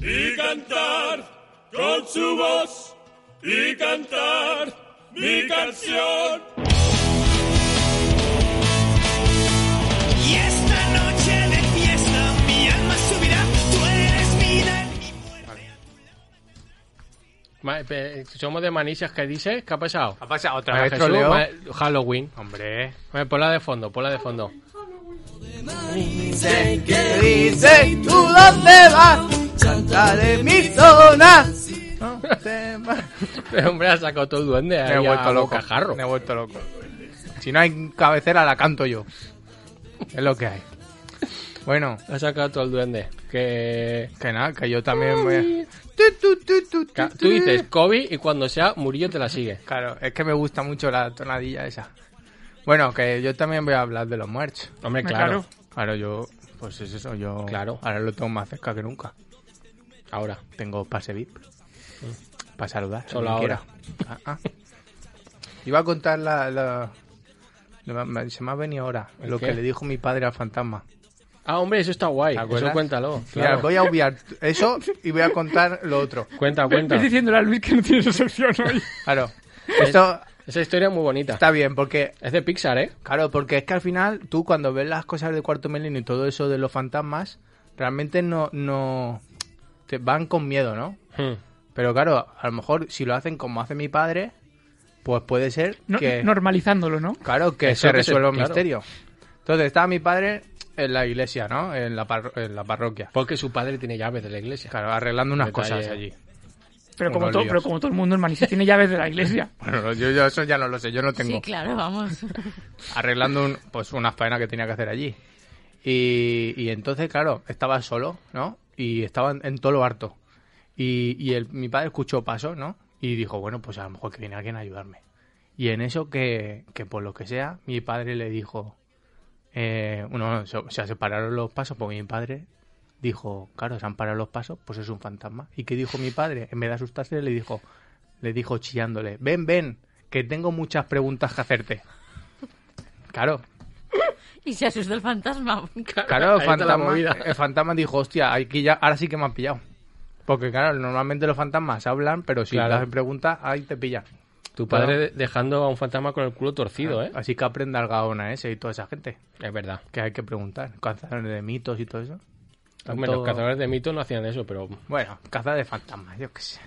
[SPEAKER 9] y cantar con su voz y cantar mi canción.
[SPEAKER 8] Y esta noche de fiesta mi alma subirá, tú eres vida en mi muerte.
[SPEAKER 4] Ma- pe- Somos de manicias que dices, ¿qué ha pasado?
[SPEAKER 3] Ha pasado otra
[SPEAKER 4] Madre
[SPEAKER 3] vez
[SPEAKER 4] Jesús,
[SPEAKER 3] troleo.
[SPEAKER 4] madre- Halloween.
[SPEAKER 3] Hombre.
[SPEAKER 4] Vale, ponla de fondo, ponla de fondo.
[SPEAKER 3] ¿Qué dice? ¿Tú dónde vas? Santa de mi zona.
[SPEAKER 4] Pero, hombre, ha sacado todo el duende.
[SPEAKER 3] Me he
[SPEAKER 4] ahí
[SPEAKER 3] vuelto
[SPEAKER 4] a
[SPEAKER 3] loco.
[SPEAKER 4] bocajarro.
[SPEAKER 3] Me he vuelto loco. Si no hay cabecera, la canto yo. Es lo que hay. Bueno,
[SPEAKER 4] Ha sacado todo el duende. Que...
[SPEAKER 3] que nada, que yo también voy a...
[SPEAKER 4] Ca- Tú dices Kobe y cuando sea Murillo te la sigue.
[SPEAKER 3] Claro, es que me gusta mucho la tonadilla esa. Bueno, que yo también voy a hablar de los muertos.
[SPEAKER 4] Hombre,
[SPEAKER 5] Hombre,
[SPEAKER 4] claro.
[SPEAKER 5] claro.
[SPEAKER 3] Claro, yo... Pues es eso, yo...
[SPEAKER 4] Claro.
[SPEAKER 3] Ahora lo tengo más cerca que nunca.
[SPEAKER 4] Ahora.
[SPEAKER 3] Tengo pase VIP. Para saludar. a
[SPEAKER 4] Solo
[SPEAKER 3] quien
[SPEAKER 4] ahora.
[SPEAKER 3] quiera. Ah, ah. Iba a contar la... la- la- me- Se me ha venido ahora
[SPEAKER 4] ¿El
[SPEAKER 3] lo
[SPEAKER 4] qué?
[SPEAKER 3] que le dijo mi padre al fantasma.
[SPEAKER 4] Ah, hombre, eso está guay.
[SPEAKER 3] ¿Te acuerdas?
[SPEAKER 4] Eso cuéntalo.
[SPEAKER 3] Mira,
[SPEAKER 4] claro.
[SPEAKER 3] voy a obviar eso y voy a contar lo otro.
[SPEAKER 4] Cuenta,
[SPEAKER 5] Ves
[SPEAKER 4] cuenta.
[SPEAKER 5] ves diciéndole a Luis que no tiene su sección hoy.
[SPEAKER 3] Claro, esto
[SPEAKER 4] Esa historia es muy bonita.
[SPEAKER 3] está bien porque,
[SPEAKER 4] Es de Pixar, ¿eh?
[SPEAKER 3] claro, porque es que al final tú cuando ves las cosas de Cuarto Milenio y todo eso de los fantasmas, realmente no, no, te van con miedo, ¿no?
[SPEAKER 4] Hmm.
[SPEAKER 3] Pero claro, a lo mejor si lo hacen como hace mi padre, pues puede ser
[SPEAKER 5] No-
[SPEAKER 3] que...
[SPEAKER 5] normalizándolo, ¿no?
[SPEAKER 3] Claro, que se
[SPEAKER 4] Eso que se-
[SPEAKER 3] resuelva un
[SPEAKER 4] claro.
[SPEAKER 3] misterio. Entonces estaba mi padre en la iglesia, ¿no? En la, parro- en la parroquia.
[SPEAKER 4] Porque su padre tiene llaves de la iglesia.
[SPEAKER 3] Claro, arreglando unas
[SPEAKER 4] Detalle.
[SPEAKER 3] cosas allí.
[SPEAKER 5] Pero como,
[SPEAKER 3] Unos
[SPEAKER 5] todo,
[SPEAKER 3] líos.
[SPEAKER 5] pero como todo el mundo en Manises tiene llaves de la iglesia.
[SPEAKER 3] Bueno, yo, yo eso ya no lo sé, yo no tengo.
[SPEAKER 6] Sí, claro, vamos.
[SPEAKER 3] Arreglando un- pues unas faenas que tenía que hacer allí. Y, y entonces, claro, estaba solo, ¿no? Y estaba en, en todo lo harto. Y, y el- mi padre escuchó pasos, ¿no? Y dijo, bueno, pues a lo mejor que viene alguien a ayudarme. Y en eso que, que por lo que sea, mi padre le dijo... Eh, uno, se, se separaron los pasos porque mi padre dijo, claro, se han parado los pasos, pues es un fantasma. ¿Y qué dijo mi padre? En vez de asustarse, le dijo, le dijo chillándole, ven, ven, que tengo muchas preguntas que hacerte. Claro,
[SPEAKER 6] Y se asustó el fantasma.
[SPEAKER 3] Claro, el
[SPEAKER 4] Ahí está la
[SPEAKER 3] fantasma, Eh,
[SPEAKER 4] movida.
[SPEAKER 3] el fantasma dijo, hostia, aquí ya, ahora sí que me han pillado. Porque claro, normalmente los fantasmas hablan, pero si
[SPEAKER 4] Claro.
[SPEAKER 3] le hacen preguntas, ahí te pillan.
[SPEAKER 4] Tu padre de- dejando a un fantasma con el culo torcido, ¿eh?
[SPEAKER 3] Así que aprenda el gaona ese y toda esa gente,
[SPEAKER 4] Es verdad.
[SPEAKER 3] que hay que preguntar. Cazadores de mitos y todo eso.
[SPEAKER 4] Hombre,
[SPEAKER 3] Tanto-
[SPEAKER 4] Los cazadores de mitos no hacían eso, pero
[SPEAKER 3] Bueno, caza de fantasmas, yo qué sé.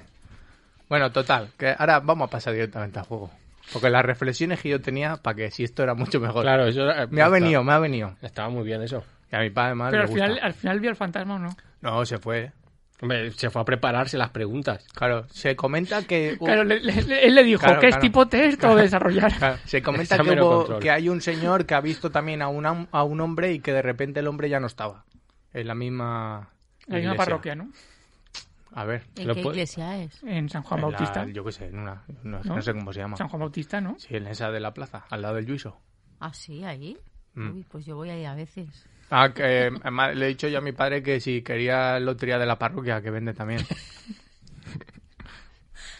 [SPEAKER 3] Bueno, total, que ahora vamos a pasar directamente al juego. Porque las reflexiones que yo tenía, para que si esto era mucho mejor.
[SPEAKER 4] claro, eso era-
[SPEAKER 3] Me ha
[SPEAKER 4] está-
[SPEAKER 3] venido, me ha venido.
[SPEAKER 4] Estaba muy bien eso.
[SPEAKER 3] Y a mi padre más
[SPEAKER 5] Pero
[SPEAKER 3] Ah, le
[SPEAKER 5] al
[SPEAKER 3] gusta.
[SPEAKER 5] final, al final vio al fantasma o no.
[SPEAKER 3] No, se fue.
[SPEAKER 4] Hombre, se fue a prepararse las preguntas.
[SPEAKER 3] Claro, se comenta que...
[SPEAKER 5] Claro, le- le- le- él le dijo,
[SPEAKER 3] Claro,
[SPEAKER 5] ¿qué es
[SPEAKER 3] claro.
[SPEAKER 5] tipo test o desarrollar?
[SPEAKER 3] Claro, se comenta que,
[SPEAKER 4] Examen o
[SPEAKER 3] hubo-
[SPEAKER 4] control.
[SPEAKER 3] que hay un señor que ha visto también a un, am- a un hombre y que de repente el hombre ya no estaba. En la misma.
[SPEAKER 5] Hay
[SPEAKER 3] iglesia.
[SPEAKER 5] una parroquia, ¿no?
[SPEAKER 3] A ver.
[SPEAKER 6] ¿En
[SPEAKER 4] Lo
[SPEAKER 6] qué
[SPEAKER 4] puede-
[SPEAKER 6] iglesia es?
[SPEAKER 5] En San Juan
[SPEAKER 3] en la-
[SPEAKER 5] Bautista.
[SPEAKER 3] yo qué sé, en una. No,
[SPEAKER 5] ¿No?
[SPEAKER 3] no sé cómo se llama.
[SPEAKER 5] San Juan Bautista, ¿no?
[SPEAKER 3] Sí, en esa de la plaza, al lado del Yuiso.
[SPEAKER 6] ¿Ah, sí, ahí?
[SPEAKER 3] Mm.
[SPEAKER 6] Uy, pues yo voy ahí a veces.
[SPEAKER 3] Ah, que, eh, ma- le he dicho yo a mi padre que si quería lotería de la parroquia, que vende también.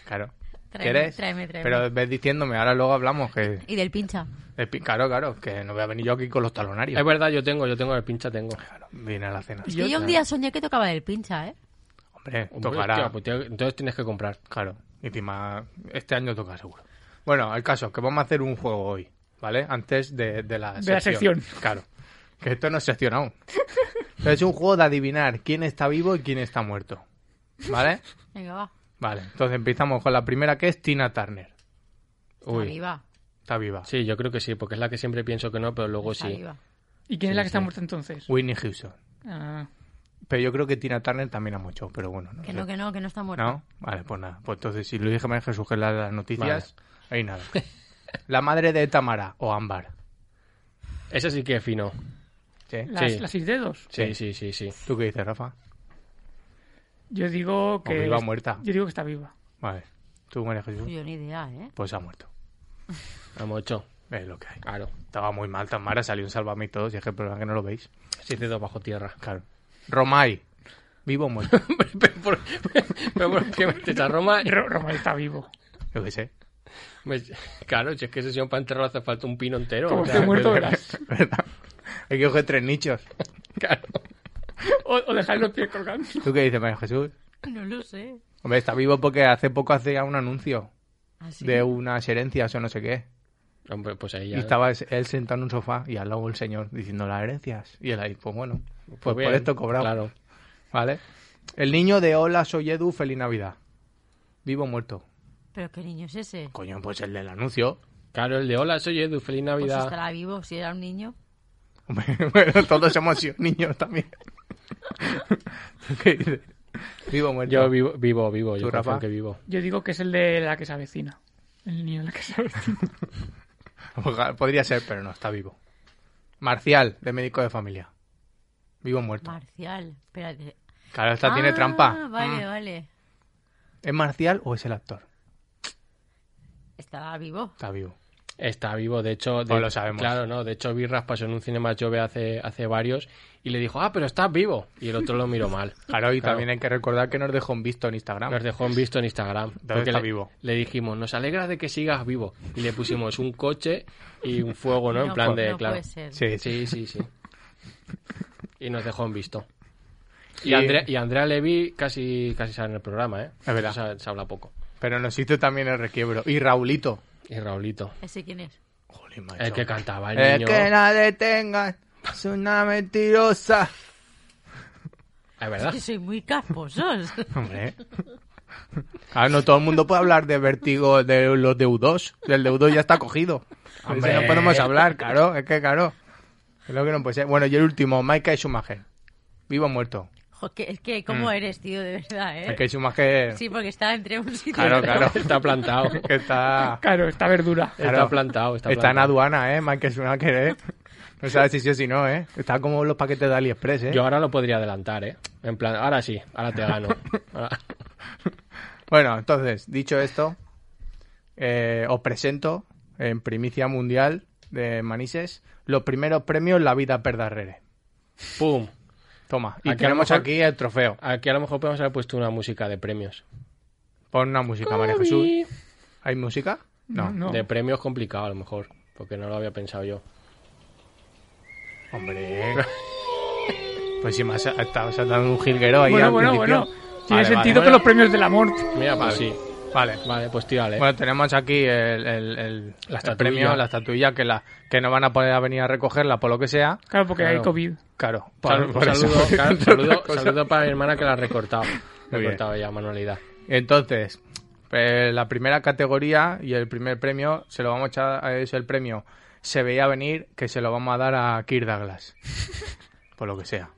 [SPEAKER 3] claro.
[SPEAKER 6] Tráeme,
[SPEAKER 3] ¿Quieres?
[SPEAKER 6] tráeme, tráeme.
[SPEAKER 3] Pero ves diciéndome, ahora luego hablamos que...
[SPEAKER 6] Y del pincha.
[SPEAKER 3] el pi- Claro, claro, que no voy a venir yo aquí con los talonarios.
[SPEAKER 4] Es verdad, yo tengo, yo tengo el pincha, tengo.
[SPEAKER 3] Claro, viene a la cena.
[SPEAKER 6] Es que yo un día soñé que tocaba del pincha, ¿eh?
[SPEAKER 3] Hombre,
[SPEAKER 4] Hombre,
[SPEAKER 3] tocará.
[SPEAKER 4] hostia, pues tiene- entonces tienes que comprar.
[SPEAKER 3] Claro. Y encima, este año toca seguro. Bueno, el caso, que vamos a hacer un juego hoy, ¿vale? Antes de, de la
[SPEAKER 5] De la sección.
[SPEAKER 3] Claro. Que esto no es sección aún. Pero es un juego de adivinar quién está vivo y quién está muerto. ¿Vale?
[SPEAKER 6] Venga, va.
[SPEAKER 3] Vale, entonces empezamos con la primera que es Tina Turner.
[SPEAKER 4] Uy.
[SPEAKER 6] Arriba.
[SPEAKER 3] Está viva.
[SPEAKER 4] Sí, yo creo que sí, porque es la que siempre pienso que no, pero luego sí.
[SPEAKER 6] Arriba.
[SPEAKER 5] ¿Y quién es
[SPEAKER 4] Sí,
[SPEAKER 5] la que está
[SPEAKER 4] sí.
[SPEAKER 5] muerta entonces?
[SPEAKER 3] Whitney Houston.
[SPEAKER 5] Ah,
[SPEAKER 3] Pero yo creo que Tina Turner también ha muerto, pero bueno. No
[SPEAKER 6] Que
[SPEAKER 3] sé.
[SPEAKER 6] no, que no, que no está muerto.
[SPEAKER 3] ¿No? Vale, pues nada. Pues entonces, si lo dije María Jesús que es la de las noticias, ahí nada. La madre de Tamara o Ámbar.
[SPEAKER 4] Ese sí que es fino.
[SPEAKER 3] ¿Sí?
[SPEAKER 5] las,
[SPEAKER 4] Sí.
[SPEAKER 5] las seis dedos.
[SPEAKER 4] Sí, sí, sí, sí.
[SPEAKER 3] ¿Tú qué dices, Rafa?
[SPEAKER 5] Yo digo que.
[SPEAKER 3] viva o muerta.
[SPEAKER 5] Yo digo que está viva.
[SPEAKER 3] Vale. ¿Tú, María Jesús?
[SPEAKER 6] Yo ni idea, ¿eh?
[SPEAKER 3] Pues ha muerto.
[SPEAKER 4] Hemos hecho.
[SPEAKER 3] Es lo que hay.
[SPEAKER 4] Claro.
[SPEAKER 3] Estaba muy mal Tamara, salió un salvame y todo, si es que el problema es que no lo veis.
[SPEAKER 4] Seis dedos bajo tierra.
[SPEAKER 3] Claro. Romay. ¿Vivo o muerto?
[SPEAKER 4] pero, por, pero por qué metes a Roma?
[SPEAKER 5] Ro- Romay está vivo.
[SPEAKER 3] Yo qué sé.
[SPEAKER 4] Me- claro, si es que ese señor para enterrarlo hace falta un pino entero.
[SPEAKER 5] Como
[SPEAKER 4] o sea,
[SPEAKER 5] esté muerto,
[SPEAKER 3] es
[SPEAKER 5] verás.
[SPEAKER 3] verdad, es verdad. Hay que coger tres nichos.
[SPEAKER 4] claro.
[SPEAKER 5] O, o dejar los pies colgando.
[SPEAKER 3] ¿Tú qué dices, María Jesús?
[SPEAKER 6] No lo sé.
[SPEAKER 3] Hombre, está vivo porque hace poco hacía un anuncio
[SPEAKER 6] Así.
[SPEAKER 3] de unas herencias o no sé qué.
[SPEAKER 4] Hombre, pues ahí
[SPEAKER 3] Y
[SPEAKER 4] ya.
[SPEAKER 3] estaba es- él sentado en un sofá y al lado el señor diciendo las herencias. Y él ahí, pues bueno, pues, por
[SPEAKER 4] bien,
[SPEAKER 3] esto cobrado.
[SPEAKER 4] Claro.
[SPEAKER 3] ¿Vale? El niño de Hola, soy Edu, feliz Navidad. ¿Vivo o muerto?
[SPEAKER 6] Pero qué niño es ese.
[SPEAKER 3] Coño, pues el del anuncio.
[SPEAKER 4] Claro, el de hola, soy Edu, feliz
[SPEAKER 6] Pues
[SPEAKER 4] Navidad.
[SPEAKER 6] estará vivo si era un niño.
[SPEAKER 3] Hombre, bueno, todos hemos sido niños también. ¿Tú qué dices? ¿Vivo o muerto?
[SPEAKER 4] Yo vivo, vivo, vivo.
[SPEAKER 3] ¿Tú,
[SPEAKER 4] Yo creo
[SPEAKER 3] Rafa?
[SPEAKER 4] que vivo.
[SPEAKER 5] Yo digo que es el de la que se avecina. El niño de la que se avecina.
[SPEAKER 3] Ojalá- Podría ser, pero no, está vivo. Marcial, de médico de familia. ¿Vivo o muerto?
[SPEAKER 6] Marcial. Espérate.
[SPEAKER 3] Claro, esta tiene
[SPEAKER 6] Ah,
[SPEAKER 3] trampa.
[SPEAKER 6] Vale,
[SPEAKER 3] Mm.
[SPEAKER 6] vale.
[SPEAKER 3] ¿Es Marcial o es el actor?
[SPEAKER 6] Estará vivo.
[SPEAKER 3] Está vivo.
[SPEAKER 4] Está vivo, de hecho. de-
[SPEAKER 3] No Pues lo sabemos.
[SPEAKER 4] Claro, no. De hecho, Birras pasó en un cinema Jove hace, hace varios y le dijo, ah, pero estás vivo. Y el otro lo miró mal.
[SPEAKER 3] Claro, y
[SPEAKER 4] Claro.
[SPEAKER 3] también hay que recordar que nos dejó un visto en Instagram.
[SPEAKER 4] Nos dejó en visto en Instagram. porque
[SPEAKER 3] está
[SPEAKER 4] le,
[SPEAKER 3] vivo?
[SPEAKER 4] Le dijimos, nos alegra de que sigas vivo. Y le pusimos un coche y un fuego, ¿no? en
[SPEAKER 6] No
[SPEAKER 4] plan
[SPEAKER 6] pu-
[SPEAKER 4] de,
[SPEAKER 6] no
[SPEAKER 4] claro.
[SPEAKER 6] puede ser.
[SPEAKER 3] Sí, sí.
[SPEAKER 4] Sí, sí, sí. Y nos dejó en visto.
[SPEAKER 3] Y-
[SPEAKER 4] Y, Andrea, y Andrea Levy casi, casi sale en el programa, ¿eh?
[SPEAKER 3] Es verdad.
[SPEAKER 4] Se, ha- se habla poco.
[SPEAKER 3] Pero nos hizo también el requiebro. Y Raulito.
[SPEAKER 4] Y Raulito.
[SPEAKER 6] ¿Ese quién es?
[SPEAKER 3] Jolín, macho.
[SPEAKER 4] El que cantaba, el,
[SPEAKER 3] El
[SPEAKER 4] niño.
[SPEAKER 3] que la detengan. Es una mentirosa.
[SPEAKER 4] Es verdad.
[SPEAKER 6] Que soy muy casposos.
[SPEAKER 3] Hombre. Claro, no todo el mundo puede hablar de vértigo de los deudos. El deudo ya está cogido.
[SPEAKER 4] Hombre.
[SPEAKER 3] Hombre. No podemos hablar, claro. Es que, claro. Es lo que no puede ser. Bueno, y el último, Michael Schumacher. Vivo o muerto.
[SPEAKER 6] Jo, que- es que, ¿cómo eres, tío? De verdad, ¿eh?
[SPEAKER 3] Michael Schumacher.
[SPEAKER 6] Sí, porque estaba entre un sitio y
[SPEAKER 3] Claro,
[SPEAKER 6] otro.
[SPEAKER 3] claro.
[SPEAKER 4] Está plantado.
[SPEAKER 3] Que está.
[SPEAKER 5] Claro, está verdura.
[SPEAKER 4] Está
[SPEAKER 3] Claro.
[SPEAKER 4] plantado. Está,
[SPEAKER 3] Está en
[SPEAKER 4] plantado.
[SPEAKER 3] aduana, ¿eh? Michael Schumacher, ¿eh? No sabes si sí o si no, ¿eh? Está como los paquetes de AliExpress, ¿eh?
[SPEAKER 4] Yo ahora lo podría adelantar, ¿eh? En plan, ahora sí, ahora te gano. Ahora-
[SPEAKER 3] Bueno, entonces, dicho esto, eh, os presento en primicia mundial de Manises los primeros premios La Vida Perdarrere.
[SPEAKER 4] ¡Pum!
[SPEAKER 3] Toma, y
[SPEAKER 4] Aquí a lo
[SPEAKER 3] tenemos
[SPEAKER 4] mejor-
[SPEAKER 3] aquí el trofeo.
[SPEAKER 4] Aquí a lo mejor podemos haber puesto una música de premios.
[SPEAKER 3] Pon una música, María Jesús. ¿Hay música? No.
[SPEAKER 5] No.
[SPEAKER 4] De premios complicado, a lo mejor. Porque no lo había pensado yo.
[SPEAKER 3] Hombre. Pues si me has, estado saltando un jilguero ahí.
[SPEAKER 5] Bueno,
[SPEAKER 3] al
[SPEAKER 5] bueno,
[SPEAKER 3] principio.
[SPEAKER 5] bueno. Tiene
[SPEAKER 3] Vale,
[SPEAKER 5] sentido
[SPEAKER 3] vale.
[SPEAKER 5] que los premios de la muerte.
[SPEAKER 4] Mira, pues
[SPEAKER 3] Vale.
[SPEAKER 4] sí.
[SPEAKER 3] Vale.
[SPEAKER 4] Vale, pues tírale.
[SPEAKER 3] Bueno, tenemos aquí el, el- el-
[SPEAKER 4] La
[SPEAKER 3] el
[SPEAKER 4] estatuilla.
[SPEAKER 3] premio, la estatuilla, que, la, que no van a poder venir a recogerla por lo que sea.
[SPEAKER 5] Claro, porque
[SPEAKER 4] Claro.
[SPEAKER 5] hay COVID.
[SPEAKER 3] Claro,
[SPEAKER 4] Sal-
[SPEAKER 3] por- por eso.
[SPEAKER 4] saludo, claro, saludo-
[SPEAKER 3] Otra cosa.
[SPEAKER 4] saludo para mi hermana que la ha recortado.
[SPEAKER 3] Muy bien.
[SPEAKER 4] Recortado ya manualidad.
[SPEAKER 3] Entonces, eh, la primera categoría y el primer premio se lo vamos a echar, es el premio Se veía venir, que se lo vamos a dar a Kirk Douglas. Por lo que sea.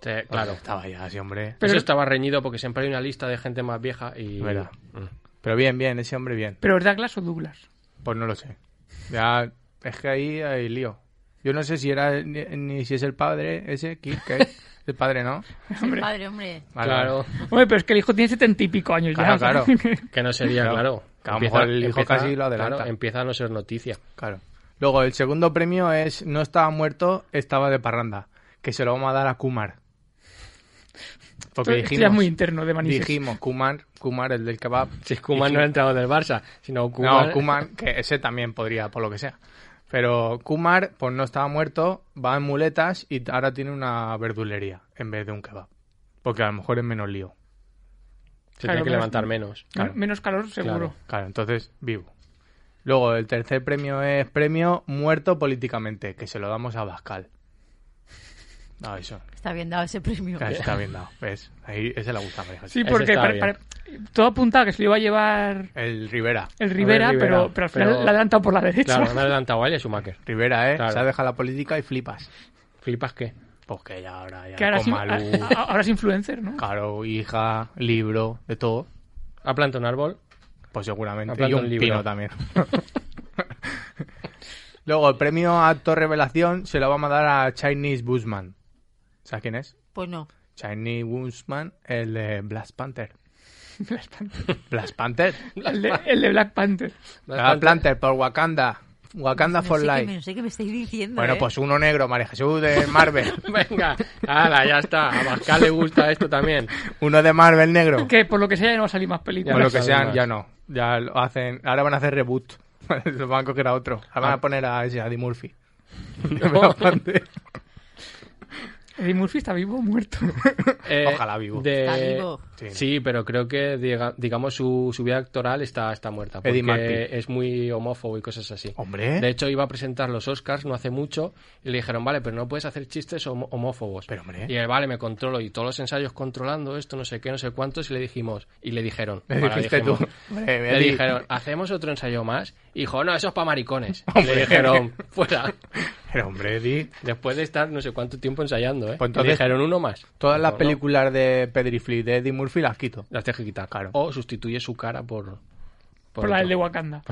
[SPEAKER 4] Te- claro.
[SPEAKER 3] Estaba ya así, hombre.
[SPEAKER 5] Pero-
[SPEAKER 4] Eso estaba reñido porque siempre hay una lista de gente más vieja y.
[SPEAKER 3] Verdad.
[SPEAKER 4] Mm.
[SPEAKER 3] Pero bien, bien, ese hombre bien.
[SPEAKER 5] ¿Pero es Douglas o Douglas?
[SPEAKER 3] Pues no lo sé. Ya, es que ahí hay lío. Yo no sé si era ni, ni si es el padre ese, Kirk, que es el padre, ¿no?
[SPEAKER 6] El padre, hombre.
[SPEAKER 3] Vale,
[SPEAKER 4] Claro.
[SPEAKER 3] vale.
[SPEAKER 5] Hombre, pero es que el hijo tiene setenta y pico años
[SPEAKER 3] Claro,
[SPEAKER 5] ya.
[SPEAKER 3] claro.
[SPEAKER 4] Que no sería,
[SPEAKER 3] Claro.
[SPEAKER 4] claro.
[SPEAKER 3] Que a lo mejor el hijo casi lo adelanta.
[SPEAKER 4] claro, empieza a no ser noticia.
[SPEAKER 3] Claro. Luego, el segundo premio es No estaba muerto, estaba de parranda, que se lo vamos a dar a Kumar. Porque
[SPEAKER 5] Esto- esto ya
[SPEAKER 3] dijimos,
[SPEAKER 5] es muy interno de Manises.
[SPEAKER 3] dijimos Kumar, Kumar, el del kebab.
[SPEAKER 4] Si Kuman no ha entrado del Barça, sino Kuman.
[SPEAKER 3] No, Kumar, que ese también podría, por lo que sea. Pero Kumar, pues no estaba muerto, va en muletas y ahora tiene una verdulería en vez de un kebab. Porque a lo mejor es menos lío.
[SPEAKER 4] se tiene
[SPEAKER 5] Claro,
[SPEAKER 4] que
[SPEAKER 5] pero-
[SPEAKER 4] levantar menos.
[SPEAKER 5] Men- Menos calor, seguro.
[SPEAKER 3] Claro, claro, entonces vivo. Luego, el tercer premio es premio muerto políticamente, que se lo damos a Bascal. Ah, eso.
[SPEAKER 6] Está bien dado ese premio.
[SPEAKER 3] Claro, está bien dado. ¿Ves? Ahí ese le gusta a María José.
[SPEAKER 5] Sí,
[SPEAKER 4] Ese
[SPEAKER 5] porque
[SPEAKER 4] está
[SPEAKER 5] para-
[SPEAKER 4] bien.
[SPEAKER 5] para- todo apunta que se lo iba a llevar
[SPEAKER 3] El Rivera.
[SPEAKER 5] el Rivera, pero,
[SPEAKER 4] Rivera,
[SPEAKER 5] pero al final
[SPEAKER 4] pero-
[SPEAKER 5] la adelantan por la derecha.
[SPEAKER 4] Claro, me ha adelantado a él y a Schumacher.
[SPEAKER 3] Rivera, ¿eh?
[SPEAKER 4] Claro.
[SPEAKER 3] Se ha dejado la política y flipas.
[SPEAKER 4] ¿Flipas qué?
[SPEAKER 3] Pues que ya ahora, ya
[SPEAKER 5] que ahora,
[SPEAKER 3] con
[SPEAKER 5] sí- ah.
[SPEAKER 3] Malú,
[SPEAKER 5] a- a- ahora es influencer, ¿no?
[SPEAKER 3] Caro, hija, libro, de todo.
[SPEAKER 4] ¿Ha plantado un árbol?
[SPEAKER 3] Pues
[SPEAKER 4] Ha
[SPEAKER 3] seguramente. Y
[SPEAKER 4] plantado
[SPEAKER 3] un
[SPEAKER 4] un libro.
[SPEAKER 3] pino también. Luego, el premio actor revelación se lo vamos a dar a Chinese Bushman. ¿Sabes quién es?
[SPEAKER 6] Pues no.
[SPEAKER 3] Chinese Bushman, el de Black Panther. Black Panther.
[SPEAKER 5] El de, el de Black Panther.
[SPEAKER 3] Black Panther por Wakanda. Wakanda
[SPEAKER 6] No
[SPEAKER 3] for
[SPEAKER 6] sé, qué,
[SPEAKER 3] Life.
[SPEAKER 6] me- no sé qué me estáis diciendo.
[SPEAKER 3] Bueno,
[SPEAKER 6] ¿eh?
[SPEAKER 3] pues uno negro, María Jesús de Marvel.
[SPEAKER 4] Venga, ala, ya está. A Bascal le gusta esto también.
[SPEAKER 3] uno de Marvel negro.
[SPEAKER 5] Que por lo que sea ya no va a salir más
[SPEAKER 3] Por
[SPEAKER 5] películas.
[SPEAKER 3] Pues lo que
[SPEAKER 4] saben
[SPEAKER 3] sean,
[SPEAKER 4] más.
[SPEAKER 3] ya no. Ya lo hacen. Ahora van a hacer reboot. Los van a coger a otro. Ahora van a poner a ese, a Eddie Murphy.
[SPEAKER 4] No.
[SPEAKER 5] Eddie Murphy está vivo o muerto.
[SPEAKER 4] Eh,
[SPEAKER 3] Ojalá vivo.
[SPEAKER 4] de-
[SPEAKER 6] Está vivo.
[SPEAKER 3] Sí.
[SPEAKER 4] Sí, pero creo que, diga- digamos, su, su vida actoral está, está muerta.
[SPEAKER 3] Eddie Oh,
[SPEAKER 4] Porque
[SPEAKER 3] Murphy.
[SPEAKER 4] es muy homófobo y cosas así.
[SPEAKER 3] Hombre.
[SPEAKER 4] De hecho, iba a presentar los Oscars no hace mucho y le dijeron, vale, pero no puedes hacer chistes hom- homófobos.
[SPEAKER 3] Pero, hombre.
[SPEAKER 4] Y él, vale, me controlo. Y todos los ensayos controlando esto, no sé qué, no sé cuántos, y le dijimos, y le dijeron,
[SPEAKER 3] Le
[SPEAKER 4] bueno,
[SPEAKER 3] dijiste tú.
[SPEAKER 4] dijimos,
[SPEAKER 3] Hombre,
[SPEAKER 4] le
[SPEAKER 3] Eddie.
[SPEAKER 4] dijeron, ¿hacemos otro ensayo más? Y dijo, no, eso es para maricones. Y
[SPEAKER 3] Hombre.
[SPEAKER 4] le dijeron, fuera.
[SPEAKER 3] Pero hombre, Eddie.
[SPEAKER 4] Después de estar no sé cuánto tiempo ensayando, ¿eh?
[SPEAKER 3] Pues
[SPEAKER 4] Y
[SPEAKER 3] entonces-
[SPEAKER 4] dijeron uno más.
[SPEAKER 3] Todas las
[SPEAKER 4] Dijo, "No,
[SPEAKER 3] películas de Pedri Flip de Eddie Murphy las quito.
[SPEAKER 4] las tienes que quitar.
[SPEAKER 3] Claro.
[SPEAKER 4] O sustituye su cara por...
[SPEAKER 5] Por la
[SPEAKER 4] otro.
[SPEAKER 5] del de Wakanda.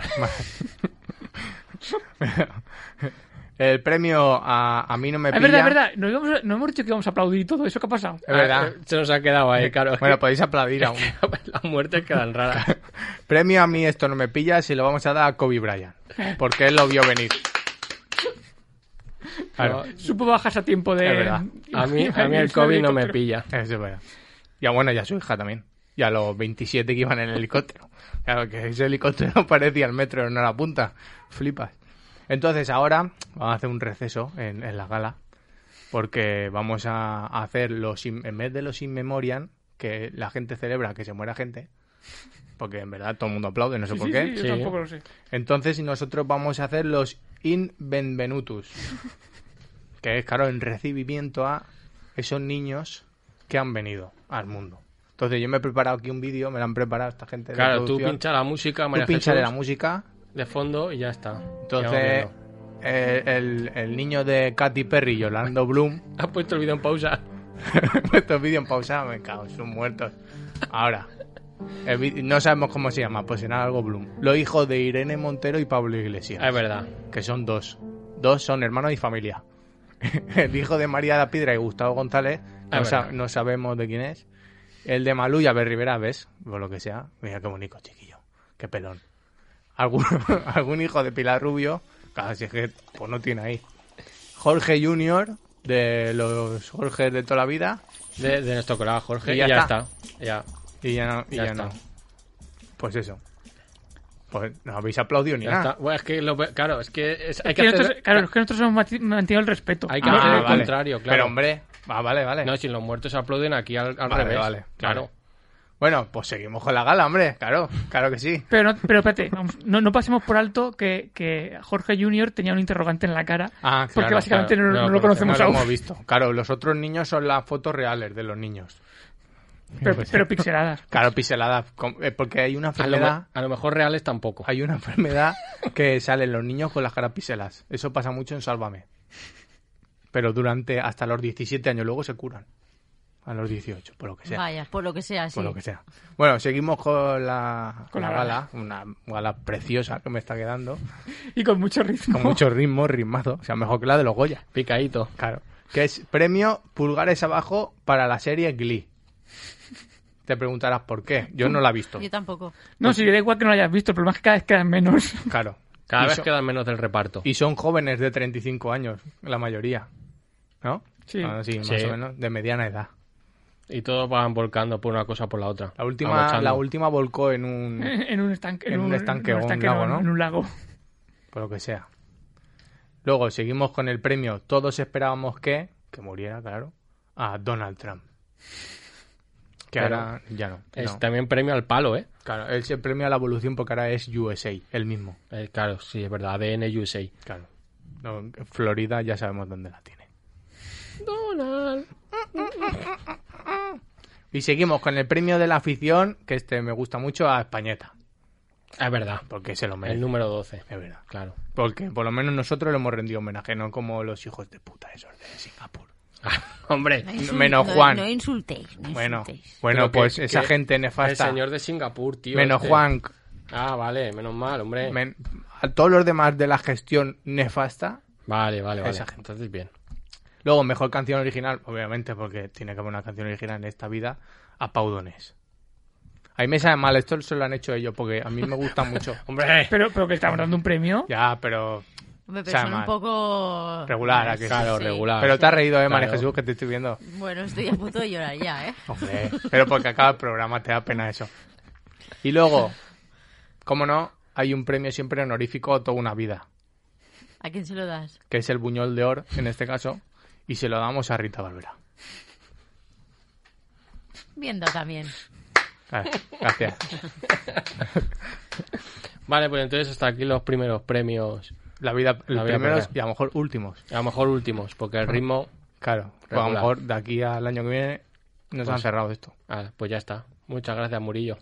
[SPEAKER 3] El premio a, a mí no me
[SPEAKER 5] Es
[SPEAKER 3] pilla.
[SPEAKER 5] verdad, es verdad. No, íbamos- no hemos dicho que íbamos a aplaudir y todo. ¿Eso qué ha pasado?
[SPEAKER 3] Es verdad.
[SPEAKER 4] Ah, eh, Se nos ha quedado ahí, claro.
[SPEAKER 3] Bueno, pues- podéis aplaudir aún.
[SPEAKER 4] Las muertes quedan raras.
[SPEAKER 3] Premio a mí esto no me pilla si lo vamos a dar a Kobe Bryant. Porque él lo vio venir. Claro.
[SPEAKER 4] No,
[SPEAKER 5] Supo bajas a tiempo de...
[SPEAKER 3] Es verdad.
[SPEAKER 4] a, mí, a mí el COVID no me pilla.
[SPEAKER 3] Eso es verdad. Y a bueno, y a su hija también. Y a los 27 que iban en el helicóptero. Claro, que ese helicóptero parecía el metro, no la punta. Flipas. Entonces ahora vamos a hacer un receso en, en la gala. Porque vamos a hacer los... in- En vez de los in memoriam, que la gente celebra que se muera gente. Porque en verdad todo el mundo aplaude, no sé
[SPEAKER 5] Sí,
[SPEAKER 3] por
[SPEAKER 5] sí,
[SPEAKER 3] qué.
[SPEAKER 5] sí, yo
[SPEAKER 4] Sí.
[SPEAKER 5] tampoco lo sé.
[SPEAKER 3] Entonces nosotros vamos a hacer los in benvenutus, que es, claro, en recibimiento a esos niños que han venido al mundo. Entonces yo me he preparado aquí un vídeo, me lo han preparado esta gente de
[SPEAKER 4] Claro, tú
[SPEAKER 3] producción.
[SPEAKER 4] pincha la música,
[SPEAKER 3] Tú
[SPEAKER 4] María
[SPEAKER 3] pinchale
[SPEAKER 4] Jesús,
[SPEAKER 3] la música.
[SPEAKER 4] de fondo y ya está. Ya
[SPEAKER 3] Entonces
[SPEAKER 4] vamos viendo.
[SPEAKER 3] eh, el, el niño de Katy Perry y Orlando Bloom
[SPEAKER 4] Has puesto el vídeo en pausa.
[SPEAKER 3] He puesto el vídeo en pausa, me cago, son muertos. Ahora, el vi- no sabemos cómo se llama, pues será algo Bloom. Los hijos de Irene Montero y Pablo Iglesias.
[SPEAKER 4] Ah, Es verdad.
[SPEAKER 3] que son dos. Dos son hermanos y familia. El hijo de María la Piedra y Gustavo González, no,
[SPEAKER 4] verdad.
[SPEAKER 3] sa- no sabemos de quién es. El de Malú y Abel Rivera, ¿ves? Por lo que sea. Mira qué bonito, chiquillo. Qué pelón. Algún, algún hijo de Pilar Rubio, casi es que pues no tiene ahí. Jorge Junior, de los Jorge de toda la vida.
[SPEAKER 4] De, de nuestro colega Jorge.
[SPEAKER 3] Y
[SPEAKER 4] Y
[SPEAKER 3] ya
[SPEAKER 4] ya,
[SPEAKER 3] está.
[SPEAKER 4] está. Ya.
[SPEAKER 3] Y ya no. y
[SPEAKER 4] Ya
[SPEAKER 3] ya
[SPEAKER 4] está.
[SPEAKER 3] no. Pues eso. Pues no habéis aplaudido ni
[SPEAKER 4] ya
[SPEAKER 3] nada.
[SPEAKER 4] está. Bueno, es que lo ve- claro, es que es- hay que
[SPEAKER 5] Es que nosotros,
[SPEAKER 4] hacer...
[SPEAKER 5] claro, es que nosotros hemos mati- mantenido el respeto.
[SPEAKER 4] Hay que
[SPEAKER 5] No,
[SPEAKER 4] hacer
[SPEAKER 5] no,
[SPEAKER 4] el contrario, claro.
[SPEAKER 3] Ah, Pero hombre, ah, vale, vale.
[SPEAKER 4] No, si los muertos aplauden aquí al, al
[SPEAKER 3] Vale,
[SPEAKER 4] revés.
[SPEAKER 3] vale,
[SPEAKER 4] Claro.
[SPEAKER 3] vale. Bueno, pues seguimos con la gala, hombre. Claro, claro que sí.
[SPEAKER 5] Pero, no, pero espérate, vamos, no, no pasemos por alto que, que Jorge Junior tenía un interrogante en la cara.
[SPEAKER 3] Ah, claro,
[SPEAKER 5] porque básicamente
[SPEAKER 4] claro,
[SPEAKER 5] no,
[SPEAKER 4] no
[SPEAKER 5] no
[SPEAKER 4] lo
[SPEAKER 5] lo
[SPEAKER 3] No
[SPEAKER 5] conocemos
[SPEAKER 3] lo
[SPEAKER 5] aún.
[SPEAKER 3] hemos visto. Claro, los otros niños son las fotos reales de los niños.
[SPEAKER 5] Pero, pero pixeladas.
[SPEAKER 3] Claro, pinceladas. con- eh, Porque hay una
[SPEAKER 4] A lo, me-
[SPEAKER 3] enfermedad.
[SPEAKER 4] a lo mejor reales tampoco.
[SPEAKER 3] Hay una enfermedad que salen los niños con las caras pinceladas. Eso pasa mucho en Sálvame. Pero durante hasta los 17 años, luego se curan. A los 18, por lo que sea.
[SPEAKER 6] Vaya, por lo que sea, sí.
[SPEAKER 3] por lo que sea. Bueno, seguimos con la,
[SPEAKER 5] Con
[SPEAKER 3] la
[SPEAKER 5] la
[SPEAKER 3] gala. Una gala preciosa que me está quedando.
[SPEAKER 5] Y con mucho ritmo.
[SPEAKER 3] Con mucho ritmo, ritmazo. O sea, mejor que la de los Goya.
[SPEAKER 4] Picadito.
[SPEAKER 3] Claro. Que es premio pulgares abajo para la serie Glee. Te preguntarás por qué. Yo no la he visto.
[SPEAKER 6] Yo tampoco.
[SPEAKER 5] No, si da igual que no lo hayas visto, el problema es que cada vez quedan menos.
[SPEAKER 3] Claro.
[SPEAKER 4] Cada
[SPEAKER 3] Y
[SPEAKER 4] vez
[SPEAKER 3] so-
[SPEAKER 4] quedan menos del reparto.
[SPEAKER 3] Y son jóvenes de 35 años, la mayoría. ¿No?
[SPEAKER 5] Sí.
[SPEAKER 3] Ah, sí, más
[SPEAKER 4] Sí.
[SPEAKER 3] o menos, de mediana edad.
[SPEAKER 4] Y todos van volcando por una cosa por la otra.
[SPEAKER 3] La última,
[SPEAKER 4] Abrochando.
[SPEAKER 3] la última volcó en un.
[SPEAKER 5] En un estanque.
[SPEAKER 3] En un estanque o un lago, ¿no?
[SPEAKER 5] En un lago.
[SPEAKER 3] por lo que sea. Luego seguimos con el premio. Todos esperábamos que. Que muriera, claro. A Donald Trump. Que
[SPEAKER 4] Pero
[SPEAKER 3] ahora ya no.
[SPEAKER 4] Es
[SPEAKER 3] no.
[SPEAKER 4] también premio al palo, ¿eh?
[SPEAKER 3] Claro, él se premia a la evolución porque ahora es USA, el mismo.
[SPEAKER 4] Eh, Claro, sí, es verdad. ADN USA.
[SPEAKER 3] Claro. No, Florida ya sabemos dónde la tiene.
[SPEAKER 4] Donald.
[SPEAKER 3] Y seguimos con el premio de la afición, que este me gusta mucho, a Españeta.
[SPEAKER 4] Es verdad.
[SPEAKER 3] Porque se lo merece.
[SPEAKER 4] El número 12.
[SPEAKER 3] Es verdad.
[SPEAKER 4] Claro.
[SPEAKER 3] Porque por lo menos nosotros le hemos rendido homenaje, no como los hijos de puta esos de Singapur.
[SPEAKER 4] Hombre.
[SPEAKER 6] insul-
[SPEAKER 3] menos
[SPEAKER 6] no-
[SPEAKER 3] Juan.
[SPEAKER 6] No insultéis, no
[SPEAKER 3] Bueno,
[SPEAKER 6] insultéis.
[SPEAKER 3] bueno
[SPEAKER 4] Pero que-
[SPEAKER 3] pues esa
[SPEAKER 4] que
[SPEAKER 3] gente
[SPEAKER 4] El
[SPEAKER 3] nefasta.
[SPEAKER 4] señor de Singapur, tío.
[SPEAKER 3] menos
[SPEAKER 4] este.
[SPEAKER 3] Juan,
[SPEAKER 4] Ah, vale, menos mal, hombre.
[SPEAKER 3] men- a todos los demás de la gestión nefasta.
[SPEAKER 4] Vale, vale, vale.
[SPEAKER 3] Esa gente.
[SPEAKER 4] Entonces, bien.
[SPEAKER 3] Luego, mejor canción original, obviamente, porque tiene que haber una canción original en esta vida, a Paudones. A mí me sabe mal, esto se lo han hecho ellos, porque a mí me gusta mucho.
[SPEAKER 4] Hombre.
[SPEAKER 5] Pero, pero que estamos dando un premio.
[SPEAKER 3] ya, pero
[SPEAKER 6] Hombre,
[SPEAKER 3] o sea,
[SPEAKER 6] pero son
[SPEAKER 3] mal.
[SPEAKER 6] un poco...
[SPEAKER 3] regular, ¿a que sí?
[SPEAKER 4] Claro,
[SPEAKER 6] Sí.
[SPEAKER 4] regular.
[SPEAKER 3] Pero te has reído, eh, María
[SPEAKER 4] Claro.
[SPEAKER 3] Jesús, que te estoy viendo.
[SPEAKER 6] Bueno, estoy a punto de llorar ya, ¿eh?
[SPEAKER 3] Hombre, pero porque acaba el programa, te da pena eso. Y luego, como no, hay un premio siempre honorífico a toda una vida,
[SPEAKER 6] ¿A quién se lo das?
[SPEAKER 3] que es el Buñol de Oro, en este caso, y se lo damos a Rita Barbera.
[SPEAKER 6] Viendo también.
[SPEAKER 3] Ah, gracias.
[SPEAKER 4] Vale, pues entonces hasta aquí los primeros premios.
[SPEAKER 3] La vida, los
[SPEAKER 4] vida
[SPEAKER 3] primeros
[SPEAKER 4] perra.
[SPEAKER 3] y a lo mejor últimos.
[SPEAKER 4] A lo mejor últimos, porque el ritmo.
[SPEAKER 3] Claro, pues a lo
[SPEAKER 4] Regular.
[SPEAKER 3] mejor de aquí al año que viene nos han cerrado esto.
[SPEAKER 4] Ah, pues ya está. Muchas gracias, Murillo.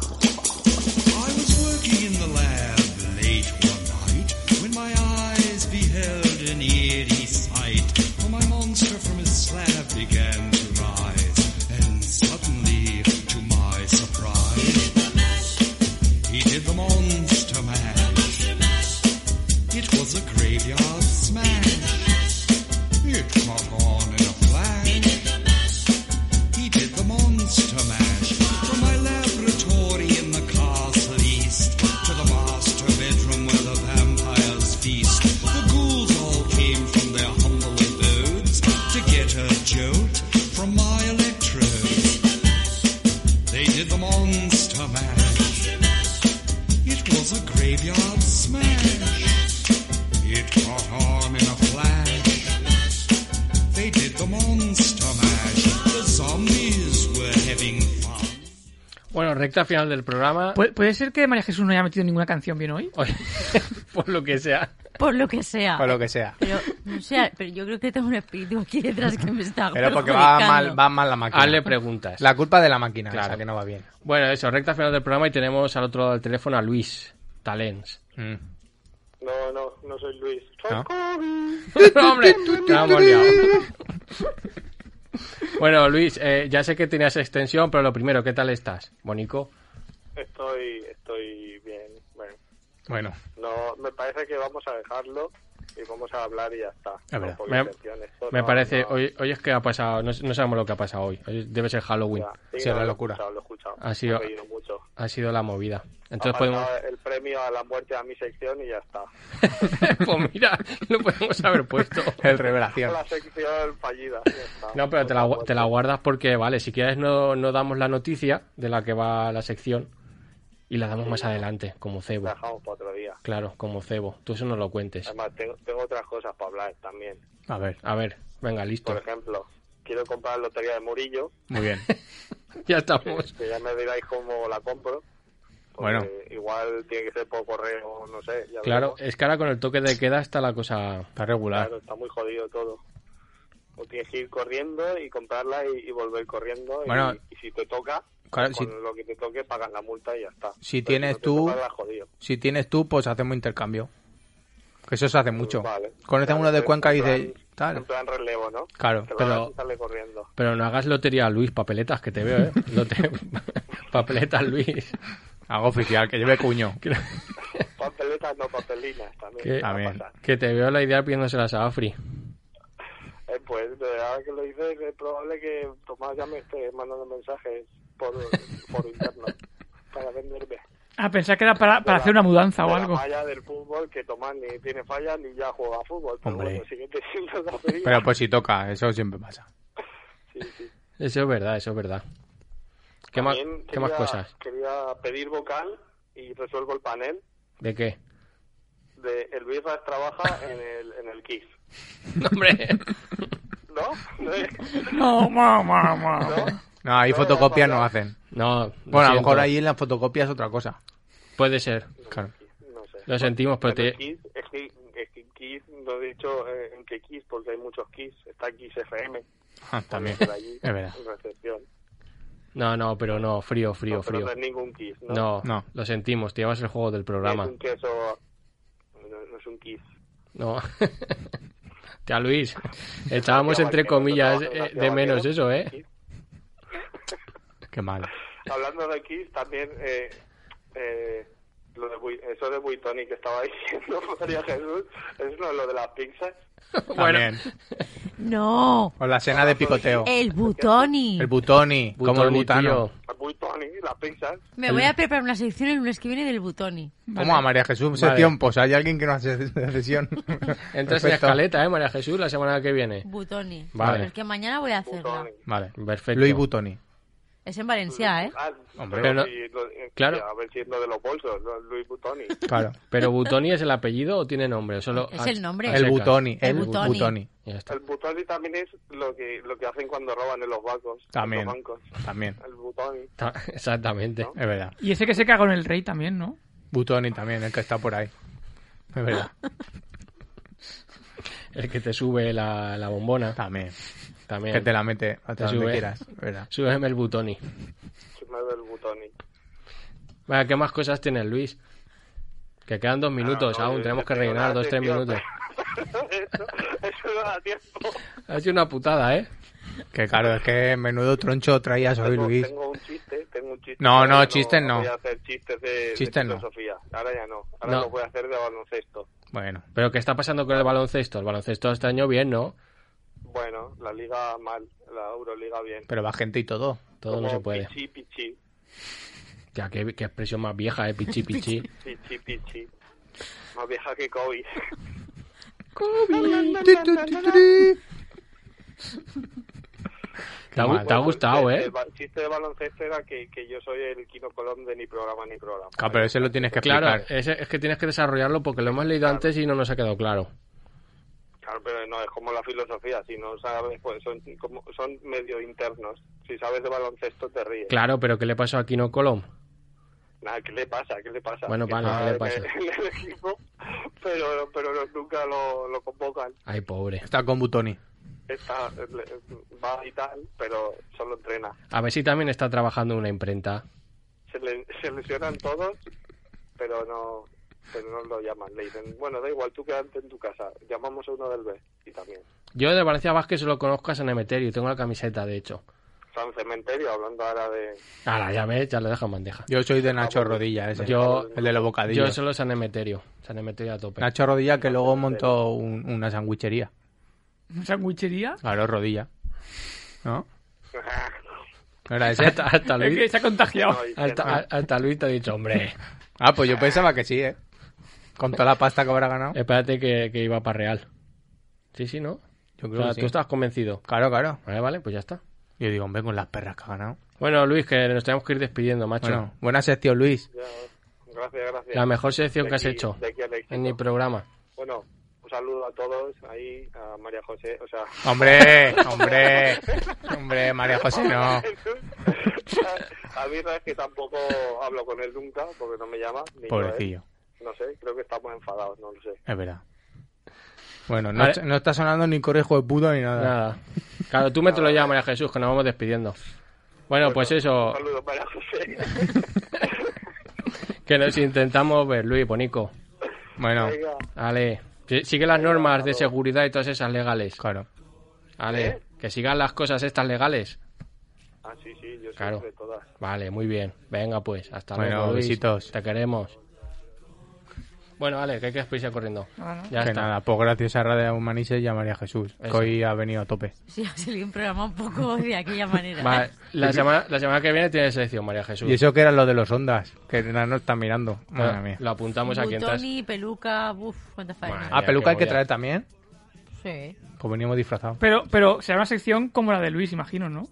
[SPEAKER 8] I was working in the lab late one night when my eyes beheld an eerie sight. For my monster from his slab began to rise, and suddenly, to my surprise, he did the monster mash. It was a graveyard smash. It caught on in a flash. He did the monster mash from my laboratory in the castle east to the master bedroom where the vampires feast. The ghouls all came from their humble abodes to get a jolt from my electrodes. They did the monster mash. It was a graveyard smash. It caught on in a flash. They did the monster mash. The zombies were having fun.
[SPEAKER 4] Bueno, recta final del programa.
[SPEAKER 5] ¿Puede, puede ser que María Jesús no haya metido ninguna canción bien hoy?
[SPEAKER 4] Oye, por lo que sea.
[SPEAKER 6] Por lo que sea.
[SPEAKER 3] O lo que sea.
[SPEAKER 6] Pero, no sea, pero yo creo que tengo un espíritu aquí detrás que me está
[SPEAKER 3] Pero porque va
[SPEAKER 6] perjudicando.
[SPEAKER 3] mal, va mal la máquina.
[SPEAKER 4] Hazle preguntas.
[SPEAKER 3] La culpa de la máquina,
[SPEAKER 4] Claro.
[SPEAKER 3] esa que no va bien.
[SPEAKER 4] Bueno, eso, recta final del programa y tenemos al otro lado del teléfono a Luis Talens.
[SPEAKER 3] Mm.
[SPEAKER 10] No, no, no soy Luis. Soy
[SPEAKER 3] ¿No?
[SPEAKER 4] ¡Hombre! la hemos liado. Bueno, Luis, eh, ya sé que tenías extensión, pero lo primero, ¿qué tal estás? ¿Bonico?
[SPEAKER 10] Estoy, estoy bien. Bueno,
[SPEAKER 3] Bueno,
[SPEAKER 10] no, me parece que vamos a dejarlo y vamos a hablar y ya está.
[SPEAKER 3] Es verdad.
[SPEAKER 10] Tampoco
[SPEAKER 4] Me-
[SPEAKER 10] intención, esto
[SPEAKER 4] Me
[SPEAKER 10] no-
[SPEAKER 4] parece,
[SPEAKER 10] no-
[SPEAKER 4] hoy, hoy es que ha pasado, no, no sabemos lo que ha pasado hoy. Hoy debe ser Halloween.
[SPEAKER 10] ya, sí,
[SPEAKER 3] sí,
[SPEAKER 10] no,
[SPEAKER 3] la
[SPEAKER 10] lo he
[SPEAKER 3] locura.
[SPEAKER 10] escuchado, lo he escuchado.
[SPEAKER 4] Ha sido-
[SPEAKER 10] Me he reído mucho.
[SPEAKER 4] Ha sido la movida. Entonces
[SPEAKER 10] Ha
[SPEAKER 4] podemos...
[SPEAKER 10] mandado el premio a la muerte a mi sección y ya está.
[SPEAKER 4] pues mira, lo podemos haber puesto.
[SPEAKER 3] el revelación.
[SPEAKER 10] La sección fallida. ya está. Pues
[SPEAKER 4] No, pero te la, gu- te la guardas porque, vale, si quieres no, no damos la noticia de la que va la sección y la damos más adelante, como cebo.
[SPEAKER 10] La dejamos para otro día.
[SPEAKER 4] Claro, como cebo. Tú eso no lo cuentes.
[SPEAKER 10] Además, tengo, tengo otras cosas para hablar también.
[SPEAKER 3] A ver,
[SPEAKER 4] A ver, venga,
[SPEAKER 10] Por
[SPEAKER 4] listo.
[SPEAKER 10] ejemplo, quiero comprar la lotería de Murillo,
[SPEAKER 3] muy bien.
[SPEAKER 4] Ya estamos.
[SPEAKER 10] que ya me diráis cómo la compro. porque
[SPEAKER 3] Bueno.
[SPEAKER 10] Igual tiene que ser por correo, no sé. ya
[SPEAKER 4] Claro,
[SPEAKER 10] veremos.
[SPEAKER 4] es que ahora con el toque de queda está la cosa...
[SPEAKER 3] Está regular.
[SPEAKER 10] Claro, está muy jodido todo. O tienes que ir corriendo y comprarla y, y volver corriendo. y-
[SPEAKER 3] Bueno.
[SPEAKER 10] y, si te toca,
[SPEAKER 3] Claro,
[SPEAKER 10] con
[SPEAKER 3] si-
[SPEAKER 10] lo que te toque, pagas la multa y ya está.
[SPEAKER 3] Si
[SPEAKER 10] Pero
[SPEAKER 3] tienes
[SPEAKER 10] no te
[SPEAKER 3] tú-
[SPEAKER 10] toca, la has jodido.
[SPEAKER 3] Si tienes tú, pues hacemos intercambio. Que eso se hace mucho.
[SPEAKER 10] Vale.
[SPEAKER 3] Conectan
[SPEAKER 10] Claro,
[SPEAKER 3] uno de
[SPEAKER 10] en
[SPEAKER 3] Cuenca y
[SPEAKER 10] plan-
[SPEAKER 3] dice, tal.
[SPEAKER 10] En plan relevo, ¿no?
[SPEAKER 3] Claro,
[SPEAKER 10] Te lo
[SPEAKER 4] pero-
[SPEAKER 10] hagas y sale corriendo.
[SPEAKER 4] Pero no hagas lotería, Luis, papeletas, que te veo, ¿eh? Lote- Papeletas, Luis.
[SPEAKER 3] Hago oficial, que lleve cuño.
[SPEAKER 10] Papeletas, no papelinas también.
[SPEAKER 4] Que,
[SPEAKER 10] va a
[SPEAKER 3] También.
[SPEAKER 10] pasar.
[SPEAKER 4] que te veo la idea pidiéndoselas a Afri.
[SPEAKER 10] Eh, pues eh, ahora que lo dices, es probable que Tomás ya me esté mandando mensajes por, por interno para venderme.
[SPEAKER 5] Ah, pensaba que era para, para hacer una mudanza o
[SPEAKER 10] De la
[SPEAKER 5] algo.
[SPEAKER 10] falla del fútbol, que Tomás ni tiene falla ni ya juega a fútbol. Pero
[SPEAKER 3] Hombre.
[SPEAKER 10] bueno, sigue teniendo la feria.
[SPEAKER 3] Pero pues si toca, eso siempre pasa.
[SPEAKER 10] Sí, sí.
[SPEAKER 4] Eso es verdad, eso es verdad. ¿Qué, más,
[SPEAKER 10] También
[SPEAKER 4] ¿qué más
[SPEAKER 10] quería-
[SPEAKER 4] cosas?
[SPEAKER 10] Quería pedir vocal y resuelvo el panel
[SPEAKER 4] ¿De qué?
[SPEAKER 10] de El Birras trabaja en el, en el KISS.
[SPEAKER 4] No, hombre.
[SPEAKER 10] ¿No? ¿No es?
[SPEAKER 5] No, ma, ma, ma.
[SPEAKER 3] No, ahí
[SPEAKER 10] No,
[SPEAKER 3] fotocopias
[SPEAKER 10] no,
[SPEAKER 3] no
[SPEAKER 10] no.
[SPEAKER 3] hacen.
[SPEAKER 4] No. lo
[SPEAKER 3] Bueno, a lo mejor
[SPEAKER 4] siento.
[SPEAKER 3] ahí en las fotocopias es otra cosa.
[SPEAKER 4] Puede ser.
[SPEAKER 3] Claro.
[SPEAKER 10] No sé.
[SPEAKER 4] Lo sentimos, pero
[SPEAKER 10] Bueno,
[SPEAKER 4] Pues te-
[SPEAKER 10] Kiss, es que, es que Kiss, no he dicho eh, en qué Kiss, porque hay muchos Kiss. Está Kiss FM.
[SPEAKER 3] Ah, también.
[SPEAKER 10] por allí,
[SPEAKER 3] Es verdad.
[SPEAKER 10] En recepción.
[SPEAKER 4] No, no, pero no. Frío, frío,
[SPEAKER 10] no, pero
[SPEAKER 4] frío.
[SPEAKER 10] no es ningún Kiss, ¿no?
[SPEAKER 4] No,
[SPEAKER 3] No.
[SPEAKER 4] lo sentimos. Te llevas el juego del
[SPEAKER 10] No
[SPEAKER 4] programa.
[SPEAKER 10] Es un queso. No, no es un Kiss.
[SPEAKER 4] No. Te a Luis. Echábamos entre comillas eh, de menos eso, ¿eh?
[SPEAKER 3] Qué mal.
[SPEAKER 10] Hablando de Kiss, también eh, eh, lo de Bui- eso de Buitoni que estaba diciendo María Jesús, es no, lo de las pizzas.
[SPEAKER 4] Bueno,
[SPEAKER 3] También.
[SPEAKER 6] No,
[SPEAKER 3] O la cena de picoteo.
[SPEAKER 6] el Butoni.
[SPEAKER 3] El butoni, como el
[SPEAKER 4] Butoni,
[SPEAKER 3] butano.
[SPEAKER 4] tío.
[SPEAKER 10] Buitoni, las pizzas.
[SPEAKER 6] Me voy a preparar una sección el lunes que viene del Butoni.
[SPEAKER 3] ¿Cómo a María Jesús?
[SPEAKER 4] Vale.
[SPEAKER 3] Sección, pues hay alguien que no hace sesión.
[SPEAKER 4] Entras en
[SPEAKER 3] Perfecto.
[SPEAKER 4] escaleta, ¿eh, María Jesús? La semana que viene.
[SPEAKER 6] Butoni.
[SPEAKER 4] Vale.
[SPEAKER 6] Es que mañana voy a hacerla.
[SPEAKER 10] Buitoni.
[SPEAKER 3] Vale.
[SPEAKER 4] Perfecto.
[SPEAKER 3] Luis Butoni.
[SPEAKER 6] Es en Valencia, ¿eh?
[SPEAKER 10] Ah,
[SPEAKER 3] Hombre.
[SPEAKER 10] pero
[SPEAKER 4] Pero-
[SPEAKER 10] si lo- eh,
[SPEAKER 4] claro.
[SPEAKER 10] A ver si es lo de los bolsos, lo- Luis Buitoni.
[SPEAKER 3] Claro.
[SPEAKER 4] ¿Pero Butoni es el apellido o tiene nombre? Solo
[SPEAKER 6] Es el nombre.
[SPEAKER 4] a
[SPEAKER 3] El
[SPEAKER 4] secas.
[SPEAKER 3] Butoni.
[SPEAKER 6] El
[SPEAKER 3] El
[SPEAKER 6] Butoni.
[SPEAKER 3] Butoni.
[SPEAKER 4] Ya está.
[SPEAKER 10] El Buitoni también es lo que lo que hacen cuando roban en los bancos. en
[SPEAKER 3] También.
[SPEAKER 10] los bancos.
[SPEAKER 3] También.
[SPEAKER 10] El Buitoni.
[SPEAKER 4] Ta- Exactamente.
[SPEAKER 3] Es verdad.
[SPEAKER 5] Y ese que se cagó en el rey también, ¿no?
[SPEAKER 3] Butoni también, el que está por ahí. Es verdad.
[SPEAKER 4] El que te sube la, la bombona.
[SPEAKER 3] También.
[SPEAKER 4] También.
[SPEAKER 3] Que te la mete hasta
[SPEAKER 4] Te
[SPEAKER 3] donde
[SPEAKER 4] sube.
[SPEAKER 3] quieras. Es verdad.
[SPEAKER 4] Súbeme el Butoni.
[SPEAKER 10] Se me ve el Buitoni.
[SPEAKER 4] Vaya, ¿qué más cosas tienes, Luis? Que quedan dos minutos
[SPEAKER 10] Ah, no,
[SPEAKER 4] aún.
[SPEAKER 10] yo-
[SPEAKER 4] Tenemos
[SPEAKER 10] yo
[SPEAKER 4] que
[SPEAKER 10] tengo
[SPEAKER 4] rellenar
[SPEAKER 10] una
[SPEAKER 4] dos, tres
[SPEAKER 10] sección.
[SPEAKER 4] minutos.
[SPEAKER 10] eso, eso no da tiempo.
[SPEAKER 4] Ha sido una putada, ¿eh?
[SPEAKER 3] Que claro, es que menudo troncho traías hoy,
[SPEAKER 10] Tengo,
[SPEAKER 3] Luis.
[SPEAKER 10] tengo un chiste, tengo un chiste.
[SPEAKER 3] No,
[SPEAKER 10] Ahora
[SPEAKER 3] no,
[SPEAKER 10] ya
[SPEAKER 3] chistes no.
[SPEAKER 10] Voy a hacer chistes de,
[SPEAKER 3] Chistes
[SPEAKER 10] de
[SPEAKER 3] no.
[SPEAKER 10] filosofía. Ahora ya no. Ahora
[SPEAKER 4] No.
[SPEAKER 10] lo voy a hacer de baloncesto.
[SPEAKER 3] Bueno.
[SPEAKER 4] Pero ¿qué está pasando con el baloncesto? El baloncesto este año bien, ¿no?
[SPEAKER 10] Bueno, la liga mal, la Euroliga bien.
[SPEAKER 3] Pero va gente y todo.
[SPEAKER 4] Todo no
[SPEAKER 10] Como
[SPEAKER 4] se puede.
[SPEAKER 10] Pichi, pichi,
[SPEAKER 4] Ya, qué, qué expresión más vieja, ¿eh? Pichi, pichi.
[SPEAKER 10] pichi, pichi. Más vieja que Kobe.
[SPEAKER 4] ¿Te ha, gu- te ha gustado,
[SPEAKER 10] el,
[SPEAKER 4] ¿eh?
[SPEAKER 10] El, ba- chiste de baloncesto era que, que yo soy el Kino Colón de ni programa ni programa.
[SPEAKER 3] Claro, pero ese lo tienes que explicar.
[SPEAKER 4] Claro, eh. ese- es que tienes que desarrollarlo porque lo hemos leído antes y no nos ha quedado claro.
[SPEAKER 10] Claro, pero no es como la filosofía. Si no sabes, pues son, como, son medio internos. Si sabes de baloncesto, te ríes.
[SPEAKER 4] Claro, pero ¿qué le pasó a Kino Colom?
[SPEAKER 10] Nada, ¿qué le pasa? ¿Qué le pasa?
[SPEAKER 4] Bueno,
[SPEAKER 10] Que
[SPEAKER 4] vale,
[SPEAKER 10] está
[SPEAKER 4] ¿qué le
[SPEAKER 10] en-
[SPEAKER 4] pasa?
[SPEAKER 10] en el equipo, pero, pero no- nunca lo, lo convocan.
[SPEAKER 4] Ay, pobre.
[SPEAKER 3] Está con Butoni.
[SPEAKER 10] Está, le- va y tal, pero solo entrena.
[SPEAKER 4] A ver si también está trabajando en una imprenta.
[SPEAKER 10] Se, le- se lesionan todos, pero no pero no lo llaman. Le dicen, bueno, da igual, tú quédate en tu casa. Llamamos a uno del B y también.
[SPEAKER 4] Yo de Valencia Vázquez solo conozco a San Emeterio, tengo la camiseta, de hecho.
[SPEAKER 10] San Cementerio, hablando ahora de...
[SPEAKER 4] Ahora, ya ves, ya lo dejo en bandeja.
[SPEAKER 3] Yo soy
[SPEAKER 10] Ah,
[SPEAKER 3] de Nacho Rodilla, ese.
[SPEAKER 4] Yo-
[SPEAKER 3] el de los bocadillos.
[SPEAKER 4] Yo solo San Emeterio, San Emeterio a tope.
[SPEAKER 3] Nacho Rodilla
[SPEAKER 10] Ah,
[SPEAKER 3] que luego montó un- una sandwichería.
[SPEAKER 5] ¿Una sandwichería?
[SPEAKER 3] Claro, Rodilla. ¿No? ¿No era ese?
[SPEAKER 4] Hasta, hasta
[SPEAKER 5] Es que
[SPEAKER 4] Luis,
[SPEAKER 5] se ha contagiado.
[SPEAKER 10] No, y que
[SPEAKER 4] hasta-
[SPEAKER 10] no.
[SPEAKER 4] a- hasta Luis te ha dicho, hombre,
[SPEAKER 3] Ah, pues yo pensaba que sí, ¿eh? Con toda la pasta que habrá ganado.
[SPEAKER 4] espérate que, que iba para Real. Sí, sí, ¿no?
[SPEAKER 3] Yo
[SPEAKER 4] O
[SPEAKER 3] creo
[SPEAKER 4] sea,
[SPEAKER 3] que sí.
[SPEAKER 4] tú estás convencido.
[SPEAKER 3] Claro, claro.
[SPEAKER 4] Vale, vale, pues ya está.
[SPEAKER 3] Yo digo, hombre, con las perras que ha ganado.
[SPEAKER 4] Bueno, Luis, que nos tenemos que ir despidiendo, macho.
[SPEAKER 3] Bueno, buena sección, Luis.
[SPEAKER 10] Ya, gracias, gracias.
[SPEAKER 4] la mejor selección
[SPEAKER 10] De
[SPEAKER 4] que has
[SPEAKER 10] aquí-
[SPEAKER 4] hecho
[SPEAKER 10] de aquí al
[SPEAKER 4] en mi
[SPEAKER 10] éxito.
[SPEAKER 4] programa.
[SPEAKER 10] Bueno, un saludo a todos, ahí, a María José, o sea...
[SPEAKER 3] Hombre, hombre, hombre, María José, no.
[SPEAKER 10] a mí sabes que tampoco hablo con él nunca porque no me llama. ni yo a él.
[SPEAKER 3] Pobrecillo,
[SPEAKER 10] No sé, creo que estamos enfadados, no lo sé.
[SPEAKER 3] es verdad. Bueno, no,
[SPEAKER 4] Vale.
[SPEAKER 3] está- no está sonando ni correjo de puto ni nada.
[SPEAKER 4] Nada. Claro, tú me te lo llamas, María Jesús, que nos vamos despidiendo. Bueno, pues eso,
[SPEAKER 10] Saludos María José.
[SPEAKER 4] que nos intentamos ver, Luis, Bonico.
[SPEAKER 3] Bueno,
[SPEAKER 10] Venga,
[SPEAKER 4] Ale, que sigue las normas de seguridad y todas esas legales.
[SPEAKER 3] claro.
[SPEAKER 4] Ale, que sigan las cosas estas legales.
[SPEAKER 10] Ah, sí, sí, yo
[SPEAKER 4] Claro.
[SPEAKER 10] siempre, todas.
[SPEAKER 4] Vale, muy bien. Venga, pues. Hasta
[SPEAKER 3] Bueno,
[SPEAKER 4] luego. Luis.
[SPEAKER 3] besitos.
[SPEAKER 4] Te queremos. Bueno, vale, que hay que irse corriendo.
[SPEAKER 5] Ah, no.
[SPEAKER 4] Ya
[SPEAKER 3] que
[SPEAKER 4] está.
[SPEAKER 3] nada, pues gracias a Radio Humanices y a María Jesús, que
[SPEAKER 4] Eso.
[SPEAKER 3] hoy ha venido a tope.
[SPEAKER 6] Sí, ha salido un programa un poco de aquella manera.
[SPEAKER 4] Vale, la, semana, la semana que viene tiene selección, María Jesús.
[SPEAKER 3] Y eso que era lo de los ondas, que nada nos están mirando. Madre
[SPEAKER 4] Ah,
[SPEAKER 3] mía.
[SPEAKER 4] Lo apuntamos aquí en tras.
[SPEAKER 6] Butoni, peluca, uff, cuánta faena.
[SPEAKER 4] Madre.
[SPEAKER 3] Ah, peluca hay que
[SPEAKER 4] qué movida.
[SPEAKER 3] traer también,
[SPEAKER 6] Sí.
[SPEAKER 3] pues venimos disfrazados.
[SPEAKER 5] Pero, pero será una sección como la de Luis, imagino, ¿no?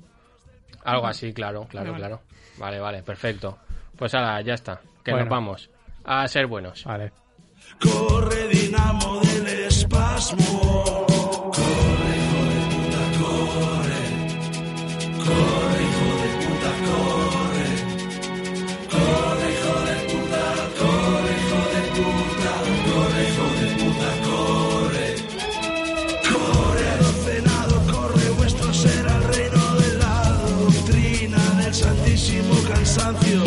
[SPEAKER 4] Algo así, claro, claro,
[SPEAKER 5] Vale.
[SPEAKER 4] claro. Vale, vale, perfecto. Pues ahora ya está. Que
[SPEAKER 3] Bueno.
[SPEAKER 4] nos vamos. A ser buenos.
[SPEAKER 3] Vale.
[SPEAKER 8] Corre dinamo del espasmo. Corre hijo de puta, corre. Corre hijo de puta, corre. Corre hijo de puta, corre hijo de puta, corre hijo de puta, corre. Corre adocenado, corre vuestro ser al reino de la doctrina del santísimo cansancio.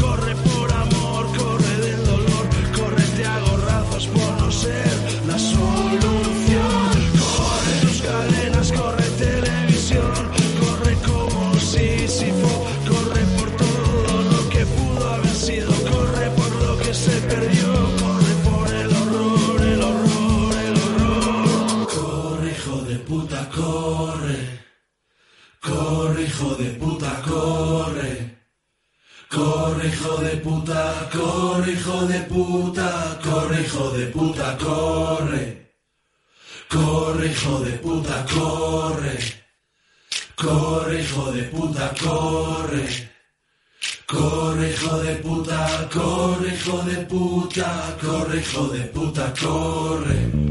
[SPEAKER 8] Corre por amor, corre del dolor, correte a gorrazos por no ser la solución. Corre tus cadenas, corre televisión, corre como Sísifo, corre por todo lo que pudo haber sido, corre por lo que se perdió, corre por el horror, el horror, el horror. Corre, hijo de puta, corre. Corre, hijo de puta, corre. Corre, hijo de puta, corre, hijo de puta, corre, hijo de puta, corre. Corre, hijo de puta, corre. Corre, hijo de puta, corre. Corre, hijo de puta, corre, hijo de puta, corre, hijo de puta, corre.